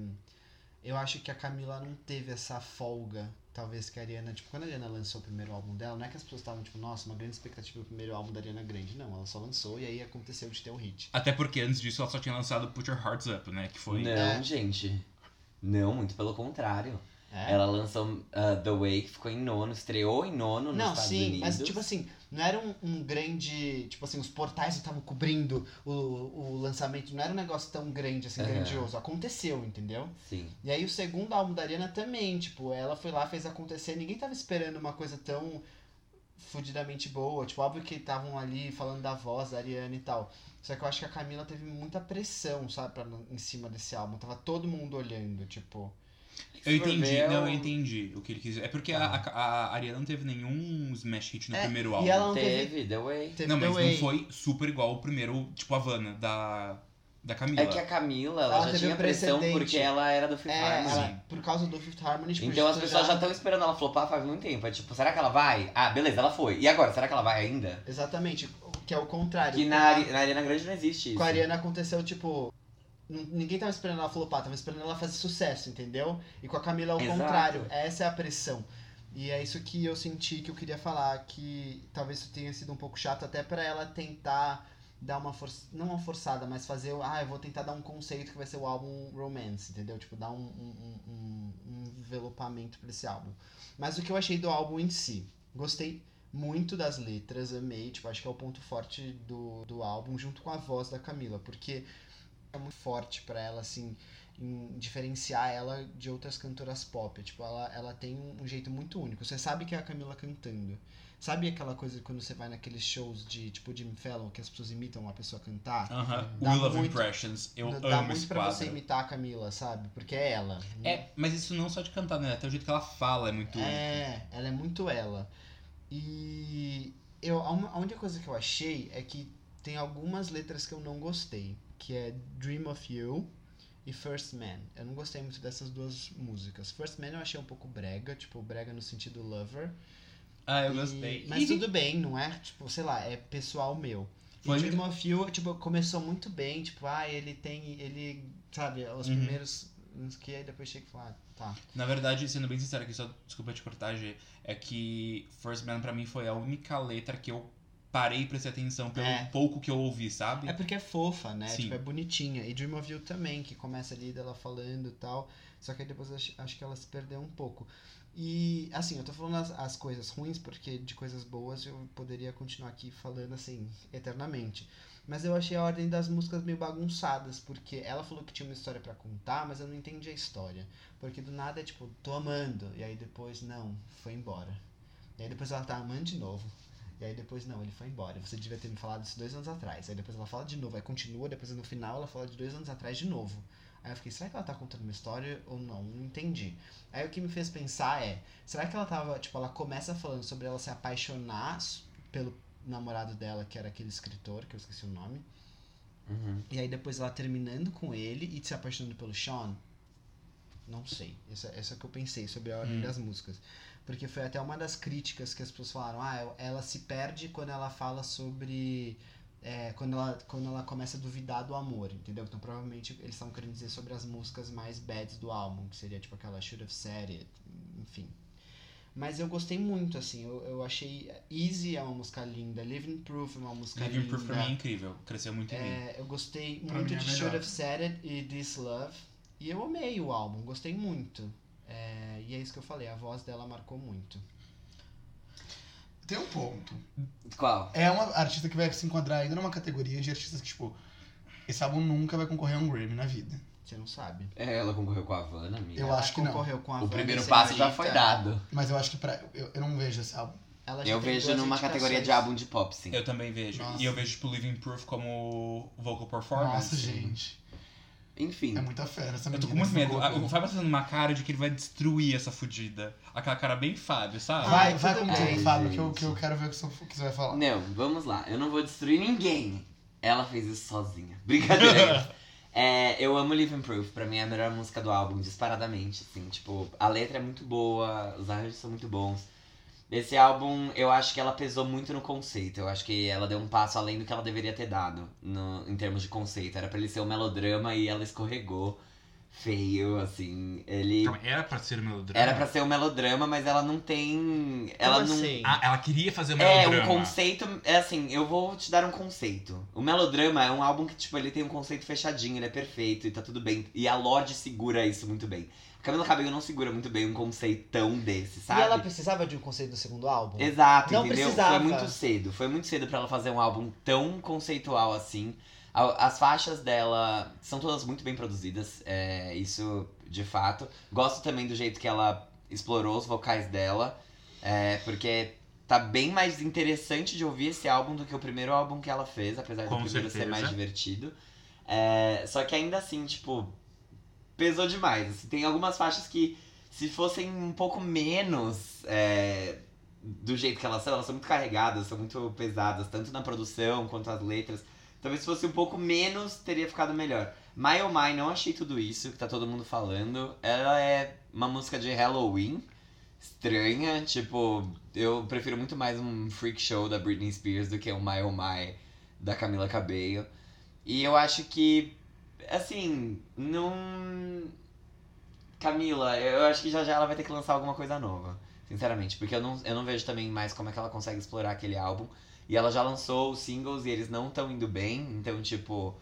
B: eu acho que a Camila não teve essa folga, talvez que a Ariana, tipo, quando a Ariana lançou o primeiro álbum dela, não é que as pessoas estavam, tipo, nossa, uma grande expectativa pro primeiro álbum da Ariana Grande, não, ela só lançou e aí aconteceu de ter um hit.
D: Até porque antes disso ela só tinha lançado Put Your Hearts Up, né? Que foi.
A: Não,
B: É.
A: gente. Não, muito pelo contrário.
B: É?
A: Ela lançou uh, The Way, que ficou em nono, estreou em nono nos
B: Não,
A: Estados
B: sim,
A: Unidos.
B: mas tipo assim, não era um, um grande. Tipo assim, os portais não estavam cobrindo o, o lançamento, não era um negócio tão grande, assim,
A: Aham.
B: grandioso. Aconteceu, entendeu?
A: Sim.
B: E aí o segundo álbum da Ariana também, tipo, ela foi lá, fez acontecer, ninguém tava esperando uma coisa tão fudidamente boa, tipo, óbvio que estavam ali falando da voz da Ariana e tal. Só que eu acho que a Camila teve muita pressão, sabe, pra, em cima desse álbum. Tava todo mundo olhando, tipo.
D: Eu
A: Se for
D: entendi,
B: é
A: ver,
B: um
D: não, eu
A: o-
D: entendi o que ele quis dizer. É porque a, a, a Ariana não teve nenhum smash hit no
B: É,
D: primeiro
B: e
D: álbum.
B: ela- não teve-
A: Teve, The Way.
B: Teve
D: Não,
B: The
D: mas
B: Way.
D: não foi super igual o primeiro, tipo a Havana, da, da Camila.
A: É que a Camila, ela,
B: Ela
A: já
B: teve
A: tinha
B: um
A: pressão
B: precedente.
A: porque ela era do Free
B: É,
A: Fire.
B: ela-
D: sim.
B: por causa do Fifth Harmony, tipo,
A: Então as
B: isso
A: pessoas já estavam esperando ela flopar faz muito tempo. É tipo, será que ela vai? Ah, beleza, ela foi. E agora, será que ela vai ainda?
B: Exatamente. que é o contrário.
A: Que na, Ari- na Ariana Grande não existe isso.
B: Com a Ariana aconteceu, tipo. n- Ninguém tava esperando ela flopar, tava esperando ela fazer sucesso, entendeu? E com a Camila é o
A: Exato.
B: contrário. Essa é a pressão. E é isso que eu senti que eu queria falar, que talvez isso tenha sido um pouco chato até pra ela tentar dar uma força, não uma forçada, mas fazer, o- ah, eu vou tentar dar um conceito que vai ser o álbum romance, entendeu? Tipo, dar um, um, um- um, um envelopamento pra esse álbum. Mas o que eu achei do álbum em si, gostei muito das letras, amei, tipo, acho que é o ponto forte do, do álbum, junto com a voz da Camila, porque é muito forte pra ela, assim, em diferenciar ela de outras cantoras pop. Tipo, ela, ela tem um, um jeito muito único. Você sabe que é a Camila cantando. Sabe aquela coisa quando você vai naqueles shows de, tipo, Jimmy Fallon, que as pessoas imitam uma pessoa cantar?
D: Aham.
B: Dá
D: We Love
B: muito-
D: Impressions. Ah, Eu
B: Dá-
D: amo
B: Dá muito
D: esse
B: pra você
D: quadro.
B: imitar a Camila, sabe? Porque é ela.
D: É, mas isso não só de cantar, né? Até o jeito que ela fala é muito.
B: É, ela é muito ela. E eu, a uma- a única coisa que eu achei é que tem algumas letras que eu não gostei, que é Dream of You e First Man. Eu não gostei muito dessas duas músicas. First Man eu achei um pouco brega, tipo, brega no sentido lover.
D: Ah, eu
B: E-
D: gostei.
B: Mas tudo bem, não é? Tipo, sei lá, é pessoal meu.
D: Foi-
B: E Dream of You, tipo, começou muito bem, tipo, ah, ele tem, ele, sabe, os
D: Uhum.
B: primeiros, não sei o que, aí depois chega e fala, ah, tá.
D: Na verdade, sendo bem sincero aqui, só desculpa te cortar, G, é que First Man pra mim foi a única letra que eu parei e prestei atenção pelo
B: É.
D: pouco que eu ouvi, sabe?
B: É porque é fofa, né?
D: Sim.
B: Tipo, é bonitinha. E Dream of You também, que começa ali dela falando e tal. Só que aí depois eu acho, acho que ela se perdeu um pouco. E, assim, eu tô falando as, as coisas ruins, porque de coisas boas eu poderia continuar aqui falando, assim, eternamente. Mas eu achei a ordem das músicas meio bagunçadas, porque ela falou que tinha uma história pra contar, mas eu não entendi a história. Porque do nada é tipo, tô amando. E aí depois, não, foi embora. E aí depois ela tá amando de novo. E aí depois, não, ele foi embora. Você devia ter me falado isso dois anos atrás. Aí depois ela fala de novo, aí continua, depois no final ela fala de dois anos atrás de novo. Aí eu fiquei, será que ela tá contando uma história ou não? Não entendi. Aí o que me fez pensar é, será que ela tava, tipo, ela começa falando sobre ela se apaixonar s- pelo namorado dela, que era aquele escritor, que eu esqueci o nome.
A: Uhum.
B: E aí depois ela terminando com ele e se apaixonando pelo Sean? Não sei. Essa, essa é o que eu pensei sobre a ordem
D: Hum.
B: das músicas. Porque foi até uma das críticas que as pessoas falaram. Ah, eu- ela se perde quando ela fala sobre. é, quando, ela, quando ela começa a duvidar do amor, entendeu? Então provavelmente eles estavam querendo dizer sobre as músicas mais bads do álbum, que seria tipo aquela Should Have Said It, enfim. Mas eu gostei muito, assim, eu, eu achei. Easy é uma música linda, Living Proof é uma música
D: Living
B: linda.
D: Proof pra mim é incrível, cresceu muito em mim.
B: É, eu gostei
E: Pra
B: muito
E: mim é
B: de
E: melhor.
B: Should Have Said It e This Love. E eu amei o álbum, gostei muito. É, e é isso que eu falei, a voz dela marcou muito.
E: Tem um ponto.
A: Qual?
E: É uma artista que vai se enquadrar ainda numa categoria de artistas que, tipo, esse álbum nunca vai concorrer a um Grammy na vida.
B: Você não sabe.
A: É, Ela concorreu com a Havana, amiga.
E: Eu
B: Ela
E: acho que não.
B: concorreu com a é
A: O
B: Vanda
A: primeiro
B: Senhorita.
A: passo já foi dado.
E: Mas eu acho que pra. Eu, eu não vejo esse álbum.
B: Ela já
A: Eu
B: tem
A: vejo
B: duas
A: numa categoria de
B: indicações.
A: álbum de pop, sim.
D: Eu também vejo.
E: Nossa.
D: E eu vejo, tipo, Living Proof como vocal performance.
E: Nossa, gente.
A: Enfim.
E: É muita fera essa
D: Eu
E: menina é
D: tô com muito
E: que
D: medo.
E: ficou-
D: Ah, O Fábio tá fazendo uma cara de que ele vai destruir essa fudida. Aquela cara bem Fábio, sabe?
E: Vai,
B: Ah,
E: vai
B: tudo
E: com
A: bem.
E: tudo, Fábio,
A: Ai,
E: que eu,
A: gente.
E: que eu quero ver o que você o que você vai falar.
A: Não, vamos lá. Eu não vou destruir ninguém. Ela fez isso sozinha. Brincadeira. é, eu amo Living Proof. Pra mim é a melhor música do álbum, disparadamente. Assim, tipo, a letra é muito boa, os arranjos são muito bons. Esse álbum, eu acho que ela pesou muito no conceito. Eu acho que ela deu um passo além do que ela deveria ter dado no, em termos de conceito. Era pra ele ser um melodrama e ela escorregou feio, assim. Ele.
D: Calma, Era pra ser melodrama.
A: Era pra ser um melodrama, mas ela não tem. Ela
B: Como
A: não.
B: assim?
D: Ah, ela queria fazer
A: É,
D: melodrama.
A: um conceito. É assim, eu vou te dar um conceito. O Melodrama é um álbum que, tipo, ele tem um conceito fechadinho, ele é perfeito e tá tudo bem. E a Lorde segura isso muito bem. A Camila Cabello não segura muito bem um conceitão desse, sabe?
B: E ela precisava de um conceito do segundo álbum?
A: Exato,
B: Não
A: entendeu?
B: precisava.
A: Foi muito cedo. Foi muito cedo pra ela fazer um álbum tão conceitual assim. A- As faixas dela são todas muito bem produzidas, é, isso de fato. Gosto também do jeito que ela explorou os vocais dela, é, porque tá bem mais interessante de ouvir esse álbum do que o primeiro álbum que ela fez, apesar do
D: Com
A: primeiro ser
D: certeza.
A: mais divertido. É, só que ainda assim, tipo, pesou demais. assim. tem algumas faixas que, se fossem um pouco menos é, do jeito que elas são, elas são muito carregadas, são muito pesadas, tanto na produção quanto as letras. Talvez se fosse um pouco menos, teria ficado melhor. My Oh My, não achei tudo isso que tá todo mundo falando. Ela é uma música de Halloween. estranha. Tipo, eu prefiro muito mais um freak show da Britney Spears do que um My Oh My da Camila Cabello. E eu acho que, assim, não. Camila, eu acho que já já ela vai ter que lançar alguma coisa nova. Sinceramente, porque eu não, eu não vejo também mais como é que ela consegue explorar aquele álbum. E ela já lançou os singles e eles não estão indo bem, então, tipo,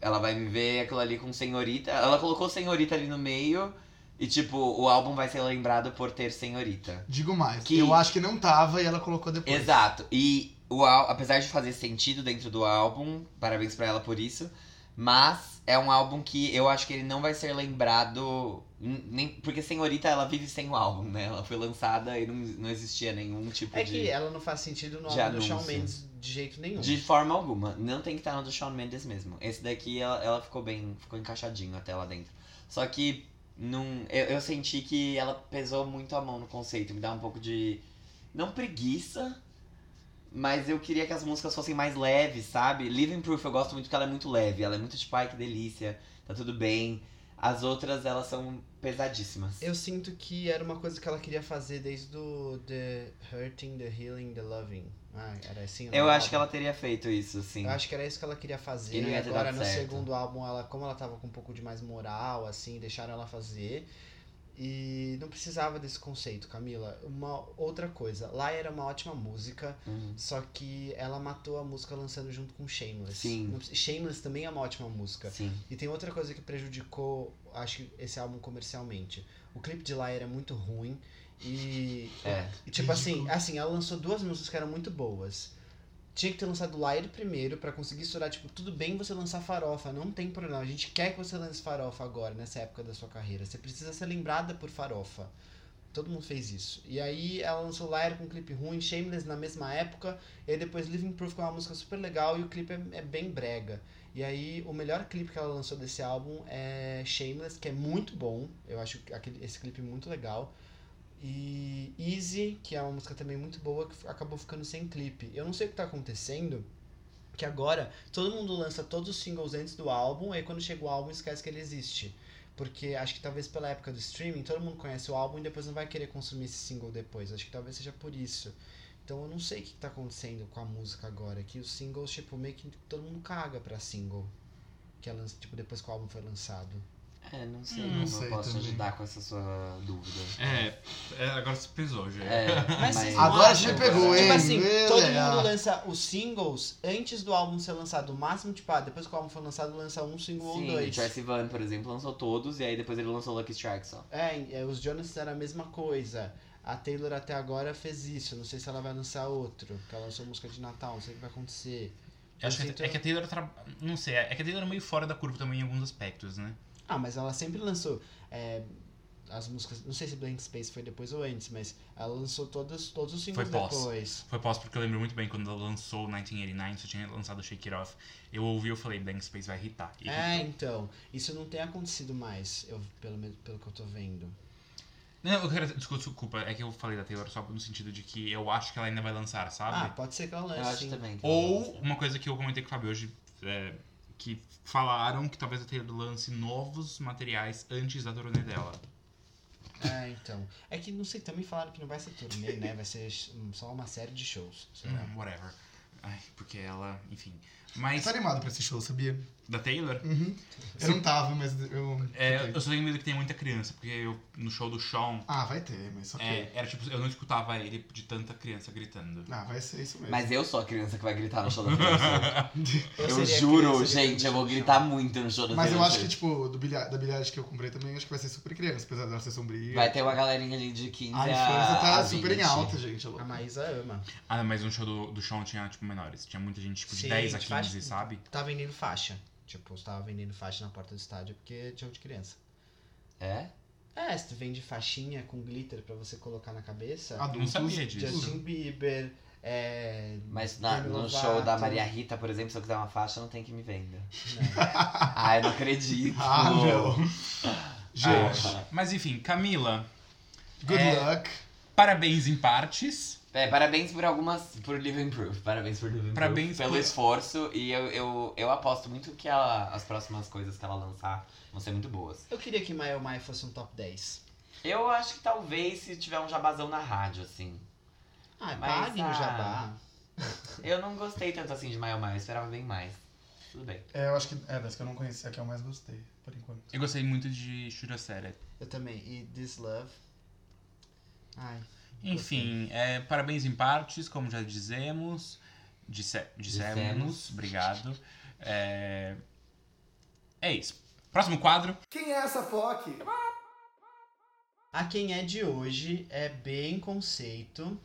A: ela vai me ver aquilo ali com Senhorita. Ela colocou Senhorita ali no meio e, tipo, o álbum vai ser lembrado por ter Senhorita.
E: Digo mais,
A: Que-
E: eu acho que não tava e ela colocou depois.
A: Exato. E o al- apesar de fazer sentido dentro do álbum, parabéns pra ela por isso. Mas é um álbum que eu acho que ele não vai ser lembrado. n- Nem, porque Senhorita, ela vive sem o álbum, né? Ela foi lançada e não, não existia nenhum tipo
B: É
A: de.
B: que ela não faz sentido no
A: de
B: álbum do Shawn
A: anúncio.
B: Mendes de jeito nenhum.
A: De forma alguma. Não tem que estar no do Shawn Mendes mesmo. Esse daqui, ela, ela ficou bem, ficou encaixadinho até lá dentro. Só que num, eu, eu senti que ela pesou muito a mão no conceito. Me dá um pouco de, não preguiça, mas eu queria que as músicas fossem mais leves, sabe? Living Proof eu gosto muito porque ela é muito leve. Ela é muito tipo, ai que delícia, tá tudo bem. As outras, elas são pesadíssimas.
B: Eu sinto que era uma coisa que ela queria fazer desde o The Hurting, The Healing, The Loving. Ah, era assim? o
A: Eu
B: nome
A: acho
B: do
A: que ela teria feito isso, sim.
B: Eu acho que era isso que ela queria fazer.
A: E não
B: E
A: ia ter
B: agora
A: dado
B: no
A: certo.
B: segundo álbum, ela, como ela tava com um pouco de mais moral, assim, deixaram ela fazer. E não precisava desse conceito, Camila. Uma outra coisa, lá era uma ótima música,
A: Uhum.
B: só que ela matou a música lançando junto com Shameless.
A: Sim.
B: Não precisa- Shameless também é uma ótima música.
A: Sim.
B: E tem outra coisa que prejudicou, acho que esse álbum comercialmente. O clipe de lá era muito ruim e
A: É.
B: e, tipo assim, assim, ela lançou duas músicas que eram muito boas. Tinha que ter lançado Liar primeiro pra conseguir estourar, tipo, tudo bem você lançar farofa, não tem problema. A gente quer que você lance farofa agora, nessa época da sua carreira. Você precisa ser lembrada por farofa. Todo mundo fez isso. E aí ela lançou Liar com um clipe ruim, Shameless na mesma época, e aí depois Living Proof com uma música super legal e o clipe é, é bem brega. E aí o melhor clipe que ela lançou desse álbum é Shameless, que é muito bom. Eu acho aquele- esse clipe muito legal. E Easy, que é uma música também muito boa, que f- acabou ficando sem clipe. Eu não sei o que tá acontecendo, que agora todo mundo lança todos os singles antes do álbum, aí quando chega o álbum esquece que ele existe. Porque acho que talvez pela época do streaming, todo mundo conhece o álbum e depois não vai querer consumir esse single depois. Acho que talvez seja por isso. Então eu não sei o que que tá acontecendo com a música agora, que os singles, tipo, meio que todo mundo caga pra single. Que é, lança- tipo, depois que o álbum foi lançado.
A: É, não sei
E: Hum,
A: como
E: não sei
A: eu posso te
E: também.
A: ajudar com essa sua dúvida.
D: É, é, agora se pesou já.
A: É,
B: Mas vocês não
E: Agora a
B: acham-
E: gente pegou, hein?
B: Tipo assim,
E: Ele
B: todo
E: é.
B: mundo lança os singles antes do álbum ser lançado. O máximo, tipo, ah, depois que o álbum for lançado, lança um single
A: Sim,
B: ou
A: o
B: dois.
A: Tracy Van, por exemplo, lançou todos e aí depois ele lançou Lucky Strike só.
B: É, é, os Jonas era a mesma coisa. A Taylor até agora fez isso. Não sei se ela vai lançar outro. Porque ela lançou música de Natal, não sei o que vai acontecer.
D: Eu acho
B: Mas
D: que,
B: então-
D: é que a Taylor. tra- Não sei, é que a Taylor é meio fora da curva também em alguns aspectos, né?
B: Ah, mas ela sempre lançou é, as músicas. Não sei se Blank Space foi depois ou antes, mas ela lançou todos, todos os singles
D: Foi pós.
B: depois.
D: Foi pós porque eu lembro muito bem quando ela lançou 1989, só tinha lançado Shake It Off. Eu ouvi eu falei, Blank Space vai irritar. E
B: É,
D: irritou.
B: então. Isso não tem acontecido mais, eu, pelo, menos- pelo que eu tô vendo.
D: Não, eu quero. Desculpa, desculpa, é que eu falei da Taylor só no sentido de que eu acho que ela ainda vai lançar,
B: Ah,
D: sabe?
B: pode ser que ela
A: Eu
B: lance.
A: acho
B: sim.
A: também. que
D: Ou uma coisa que eu comentei com o Fabio hoje, é, que falaram que talvez a Taylor lance novos materiais antes da turnê dela.
B: É, então. É que não sei, também falaram que não vai ser turnê, né? Vai ser hum, só uma série de shows. sei lá.
D: Hum, whatever. Ai, porque ela, enfim. Mas.
E: Tô animado pra esse show, sabia?
D: Da Taylor?
E: Uhum. Eu não tava, mas eu.
D: É, eu só tenho medo que tenha muita criança, porque eu, no show do Sean,
E: Ah, vai ter, mas só que.
D: é, era tipo, eu não escutava ele de tanta criança gritando.
E: Ah, vai ser isso mesmo.
A: Mas eu sou a criança que vai gritar no show da Taylor Swift.
B: Eu
A: Eu
B: seria
A: juro,
B: criança que
A: gente,
B: grita
A: eu vou
B: no chão.
A: gritar muito no show da
E: Mas eu
A: Taylor
E: acho que,
A: Swift.
E: tipo, do bilhar, da bilhete que eu comprei também, acho que vai ser super criança, apesar dela ser sombria.
A: Vai ter uma galerinha ali de 15
E: A infância
A: a,
E: tá
A: a
E: super
A: 20.
E: em alta, gente. é louco.
B: A Maísa ama.
D: Ah, mas no show do, do Sean tinha, tipo, menores. Tinha muita gente, tipo, de
B: Sim,
D: 10 a
B: de
D: 15,
B: faixa-
D: sabe?
B: Tá vendendo faixa. Tipo, você tava vendendo faixa na porta do estádio porque tinha de criança.
A: É?
B: É, se tu vende faixinha com glitter pra você colocar na cabeça.
A: Ah,
D: Não sabia
B: Justin
D: disso.
B: Bieber, é.
A: Mas na-
B: Demi
A: no
B: Lovato.
A: show da Maria Rita, por exemplo, se eu quiser uma faixa, não tem que me venda.
B: Não.
A: Ai, não acredito.
E: Ah, não. Gente,
D: Ah, mas enfim, Camila,
E: good
D: É.
E: luck.
D: parabéns em partes.
A: É, parabéns por algumas. por Living Proof. Parabéns por Living
D: Parabéns
A: Proof. Pelo
D: por-
A: esforço. E eu, eu, eu aposto muito que ela- as próximas coisas que ela lançar vão ser muito boas.
B: Eu queria que My Oh My fosse um top 10.
A: Eu acho que talvez se tiver um jabazão na rádio, assim.
B: Ah,
A: Mas,
B: paguem o
A: ah,
B: jabá.
A: Eu não gostei tanto assim de Maio Maio, eu esperava bem mais. Tudo bem.
E: É, eu acho que é das que eu não conhecia que eu mais gostei, por enquanto.
D: Eu gostei muito de Shura Série.
B: Eu também. E This Love. Ai.
D: Enfim, é, parabéns em partes, como já dizemos. Disse, dissemos,
A: Dissemos.
D: obrigado. É, é isso. Próximo quadro.
F: Quem é essa POC?
B: A quem é de hoje é bem conceito,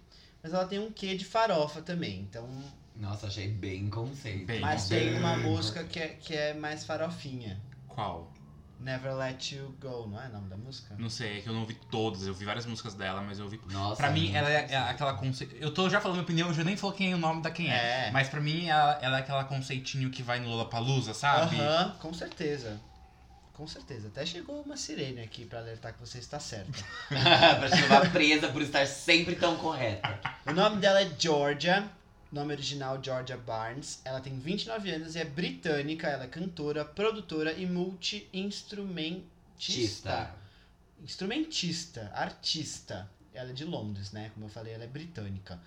B: mas ela tem um quê de farofa também. Então,
A: Nossa, achei bem conceito.
D: Bem
B: mas
D: conceito.
B: tem uma música que é, que é mais farofinha.
D: Qual?
B: Never Let You Go, não é o nome da música?
D: Não sei, é que eu não ouvi todas. Eu ouvi várias músicas dela, mas eu ouvi.
A: Nossa.
D: Pra mim,
A: muito
D: ela é,
A: conceito.
D: é aquela conceito. Eu tô já falando minha opinião, eu já nem falo quem é o nome da quem é.
B: É.
D: Mas pra mim, ela, ela é aquela conceitinho que vai no Lollapalooza, sabe?
B: Aham, com certeza. Com certeza. Até chegou uma sirene aqui pra alertar que você está certo.
A: pra te levar presa por estar sempre tão correta.
B: O nome dela é Georgia, nome original Georgia Barnes. Ela tem 29 anos e é britânica. Ela é cantora, produtora e multi-instrumentista.
A: Tista.
B: Instrumentista, artista. Ela é de Londres, né? Como eu falei, ela é britânica.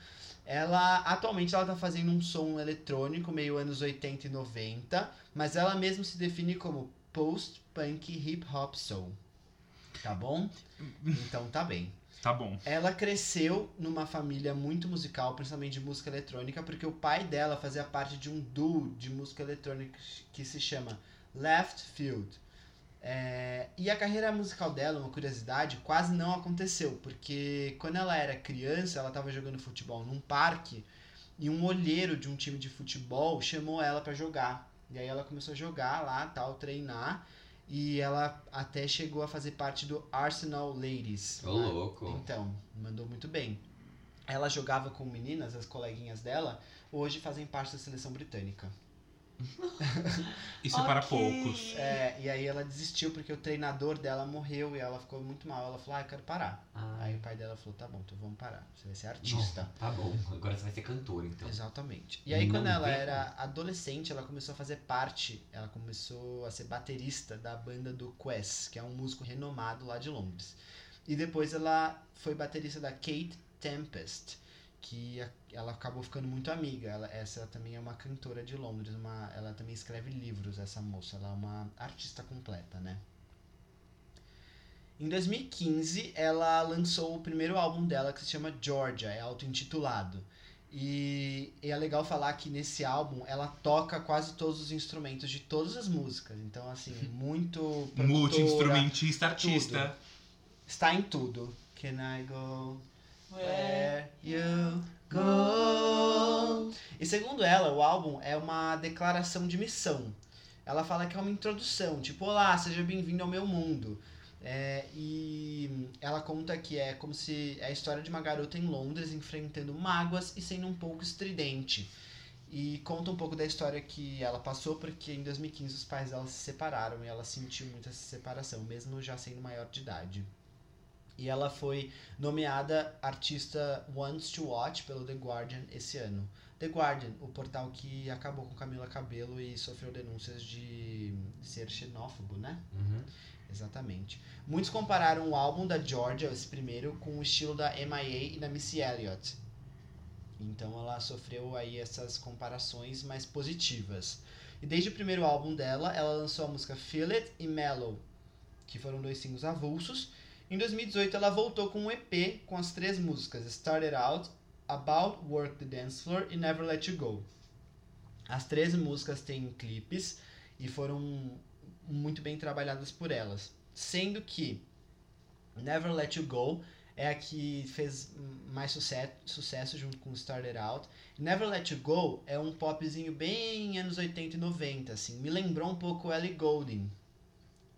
B: Ela atualmente ela tá fazendo um som eletrônico meio anos 80 e 90, mas ela mesma se define como post-punk hip hop soul. Tá bom? Então tá bem.
D: Tá bom.
B: Ela cresceu numa família muito musical, principalmente de música eletrônica, porque o pai dela fazia parte de um duo de música eletrônica que se chama Left Field. É, e a carreira musical dela, uma curiosidade, quase não aconteceu, porque quando ela era criança, ela estava jogando futebol num parque e um olheiro de um time de futebol chamou ela para jogar. E aí ela começou a jogar lá, tal, treinar, e ela até chegou a fazer parte do Arsenal Ladies.
A: Ô,
B: né?
A: louco.
B: Então, mandou muito bem. Ela jogava com meninas, as coleguinhas dela, hoje fazem parte da seleção britânica.
D: Isso é para
A: Ok.
D: poucos.
B: É, e aí ela desistiu porque o treinador dela morreu e ela ficou muito mal. Ela falou, ah, eu quero parar. Aí
A: Ai,
B: o pai dela falou, tá bom, então vamos parar. Você vai ser artista.
A: tá bom. Agora você vai ser cantora, então.
B: Exatamente. E aí,
A: Não
B: quando ela
A: vem.
B: era adolescente, ela começou a fazer parte, ela começou a ser baterista da banda do Quest, que é um músico renomado lá de Londres. E depois ela foi baterista da Kate Tempest, que a- ela acabou ficando muito amiga. Ela, essa também é uma cantora de Londres, uma, ela também escreve livros, essa moça. Ela é uma artista completa, né? Em 2015, ela lançou o primeiro álbum dela, que se chama Georgia, é auto-intitulado. E, e é legal falar que nesse álbum ela toca quase todos os instrumentos de todas as músicas. Então, assim, muito. produtora,
D: Multi-instrumentista, artista.
B: Está em tudo. Can I go where you go? E segundo ela, o álbum é uma declaração de missão. Ela fala que é uma introdução, tipo, olá, seja bem-vindo ao meu mundo. É, e ela conta que é como se é a história de uma garota em Londres enfrentando mágoas e sendo um pouco estridente. E conta um pouco da história que ela passou, porque em 2015 os pais dela se separaram e ela sentiu muito essa separação, mesmo já sendo maior de idade. E ela foi nomeada artista Once to Watch pelo The Guardian esse ano. The Guardian, o portal que acabou com Camila Cabello e sofreu denúncias de ser xenófobo, né?
A: Uhum.
B: Exatamente. Muitos compararam o álbum da Georgia, esse primeiro, com o estilo da MIA e da Missy Elliott. Então ela sofreu aí essas comparações mais positivas. E desde o primeiro álbum dela, ela lançou a música Feel It e Mellow, que foram dois singles avulsos. Em 2018, ela voltou com um EP com as três músicas Started Out, About Work the Dance Floor e Never Let You Go. As três músicas têm clipes e foram muito bem trabalhadas por elas. Sendo que Never Let You Go é a que fez mais sucesso, sucesso junto com Started Out. Never Let You Go é um popzinho bem anos 80 e 90, assim. Me lembrou um pouco Ellie Goulding.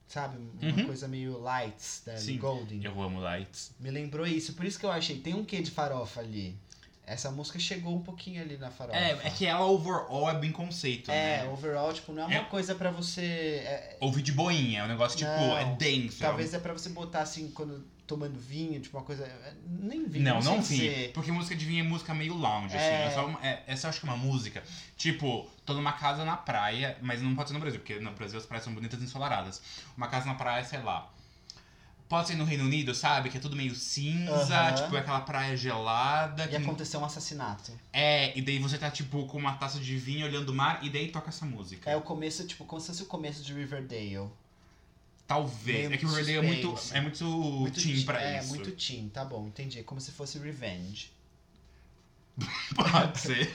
B: Sabe? Uma
D: Uhum.
B: coisa meio lights da Ellie
D: Sim,
B: Goulding.
D: Eu amo Lights.
B: Me lembrou isso, por isso que eu achei. Tem um quê de farofa ali. Essa música chegou um pouquinho ali na farofa.
D: É, é que ela overall é bem conceito,
B: É,
D: né?
B: overall, tipo, não é uma
D: É.
B: coisa pra você. é-
D: Ouvir de boinha, é um negócio tipo,
B: Não.
D: é denso. é
B: talvez é pra você botar assim, quando tomando vinho, tipo, uma coisa. é, Nem vinho.
D: Não, não
B: sei
D: vi.
B: dizer.
D: Porque música de vinho é música meio lounge,
B: É.
D: assim. É só uma- é- essa eu acho que é uma música. Tipo, tô numa casa na praia, mas não pode ser no Brasil, porque no Brasil as praias são bonitas e ensolaradas. Uma casa na praia, sei lá. Pode ser no Reino Unido, sabe? Que é tudo meio cinza,
B: Aham.
D: tipo, é aquela praia gelada.
B: E
D: que-
B: aconteceu um assassinato.
D: É, e daí você tá, tipo, com uma taça de vinho olhando o mar e daí toca essa música.
B: É o começo, tipo, como se fosse o começo de Riverdale.
D: Talvez.
B: meio
D: É que o Riverdale é muito,
B: suspense.
D: é muito, teen
B: ti-
D: pra
B: é,
D: isso.
B: muito teen, tá bom, entendi. Como se fosse Revenge.
D: Pode ser.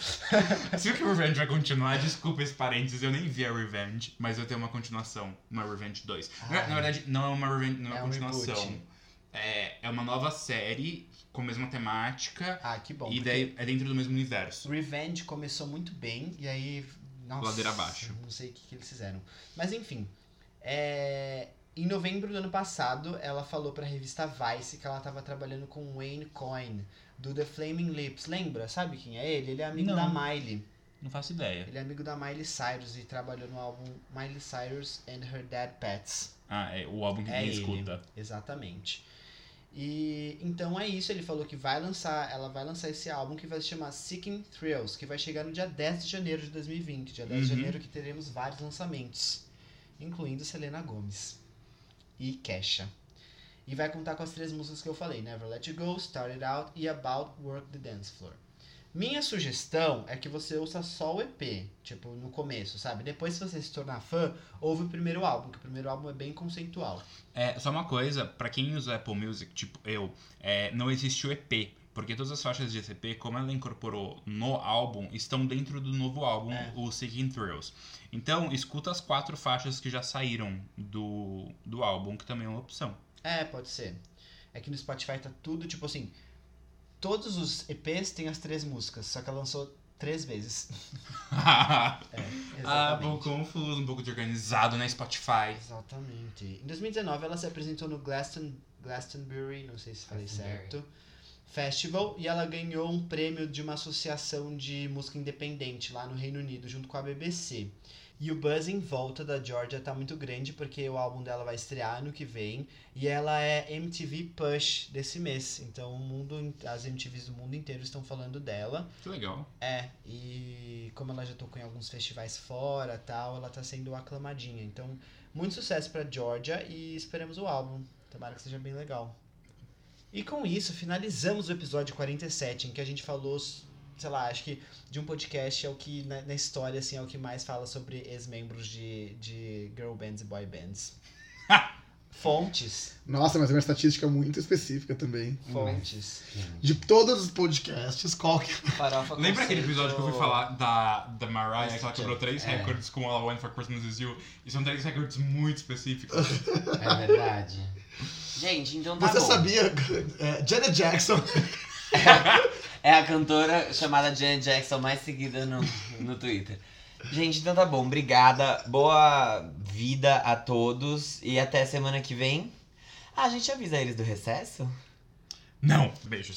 D: Se o que o Revenge vai continuar, desculpa esse parênteses, eu nem vi a Revenge, mas eu tenho uma continuação, uma Revenge 2. Na-
B: Ah.
D: na verdade, não é uma Revenge, não é uma
B: É um
D: continuação.
B: reboot.
D: É, é uma nova série com a mesma temática
B: Ah, que bom.
D: e
B: porque
D: daí é dentro do mesmo universo.
B: Revenge começou muito bem e aí. Nossa,
D: Ladeira abaixo.
B: Não sei o que, que eles fizeram. Mas enfim. é, Em novembro do ano passado, ela falou pra revista Vice que ela tava trabalhando com Wayne Coyne, do The Flaming Lips. Lembra? Sabe quem é ele? Ele é amigo
D: Não.
B: da Miley.
D: Não faço ideia.
B: Ele é amigo da Miley Cyrus e trabalhou no álbum Miley Cyrus and Her Dead Pets.
D: Ah, é o álbum que
B: É
D: ninguém
B: ele.
D: escuta.
B: Exatamente. E então é isso, ele falou que vai lançar, ela vai lançar esse álbum que vai se chamar Seeking Thrills, que vai chegar no dia 10 de janeiro de 2020, dia 10 de
D: Uhum.
B: janeiro que teremos vários lançamentos, incluindo Selena Gomes e Kesha. E vai contar com as três músicas que eu falei, Never Let You Go, Start It Out e About Work the Dance Floor. Minha sugestão é que você ouça só o EP, tipo, no começo, sabe? Depois, se você se tornar fã, ouve o primeiro álbum, que o primeiro álbum é bem conceitual.
D: É, só uma coisa, pra quem usa Apple Music, tipo eu, é, não existe o EP. Porque todas as faixas de EP, como ela incorporou no álbum, estão dentro do novo álbum,
B: É.
D: o Seeking Thrills. Então, escuta as quatro faixas que já saíram do, do álbum, que também é uma opção.
B: É, pode ser. É que no Spotify tá tudo, tipo assim. Todos os EPs têm as três músicas, só que ela lançou três vezes. É,
D: ah, um pouco confuso, um pouco desorganizado, né, Spotify?
B: Exatamente. Em 2019 ela se apresentou no Glaston, Glastonbury, não sei se falei
A: Glastonbury.
B: certo, Festival, e ela ganhou um prêmio de uma associação de música independente lá no Reino Unido, junto com a BBC. E o buzz em volta da Georgia tá muito grande, porque o álbum dela vai estrear ano que vem, e ela é MTV Push desse mês, então o mundo, in- as MTVs do mundo inteiro estão falando dela.
D: Que legal.
B: É, e como ela já tocou em alguns festivais fora tal, ela tá sendo aclamadinha. Então, muito sucesso pra Georgia e esperamos o álbum. Tomara que seja bem legal. E com isso, finalizamos o episódio 47, em que a gente falou, sei lá, acho que de um podcast é o que, na, na história, assim, é o que mais fala sobre ex-membros de, de girl bands e boy bands. fontes,
E: Nossa, mas é uma estatística muito específica também.
B: fontes.
E: De todos os podcasts, qual que...
B: Farofa
D: Lembra aquele episódio que eu fui falar da, da Mariah,
B: Mas
D: que ela
B: que-
D: quebrou três
A: é.
D: recordes com All I Want For Christmas Is You? E são três recordes muito específicos.
A: É verdade. Gente, então tá
E: Você
A: bom.
E: sabia? É, Janet Jackson.
A: É a cantora chamada Janet Jackson mais seguida no, no Twitter. Gente, então tá bom. Obrigada. Boa vida a todos. E até semana que vem. Ah, a gente avisa eles do recesso?
D: Não, beijos.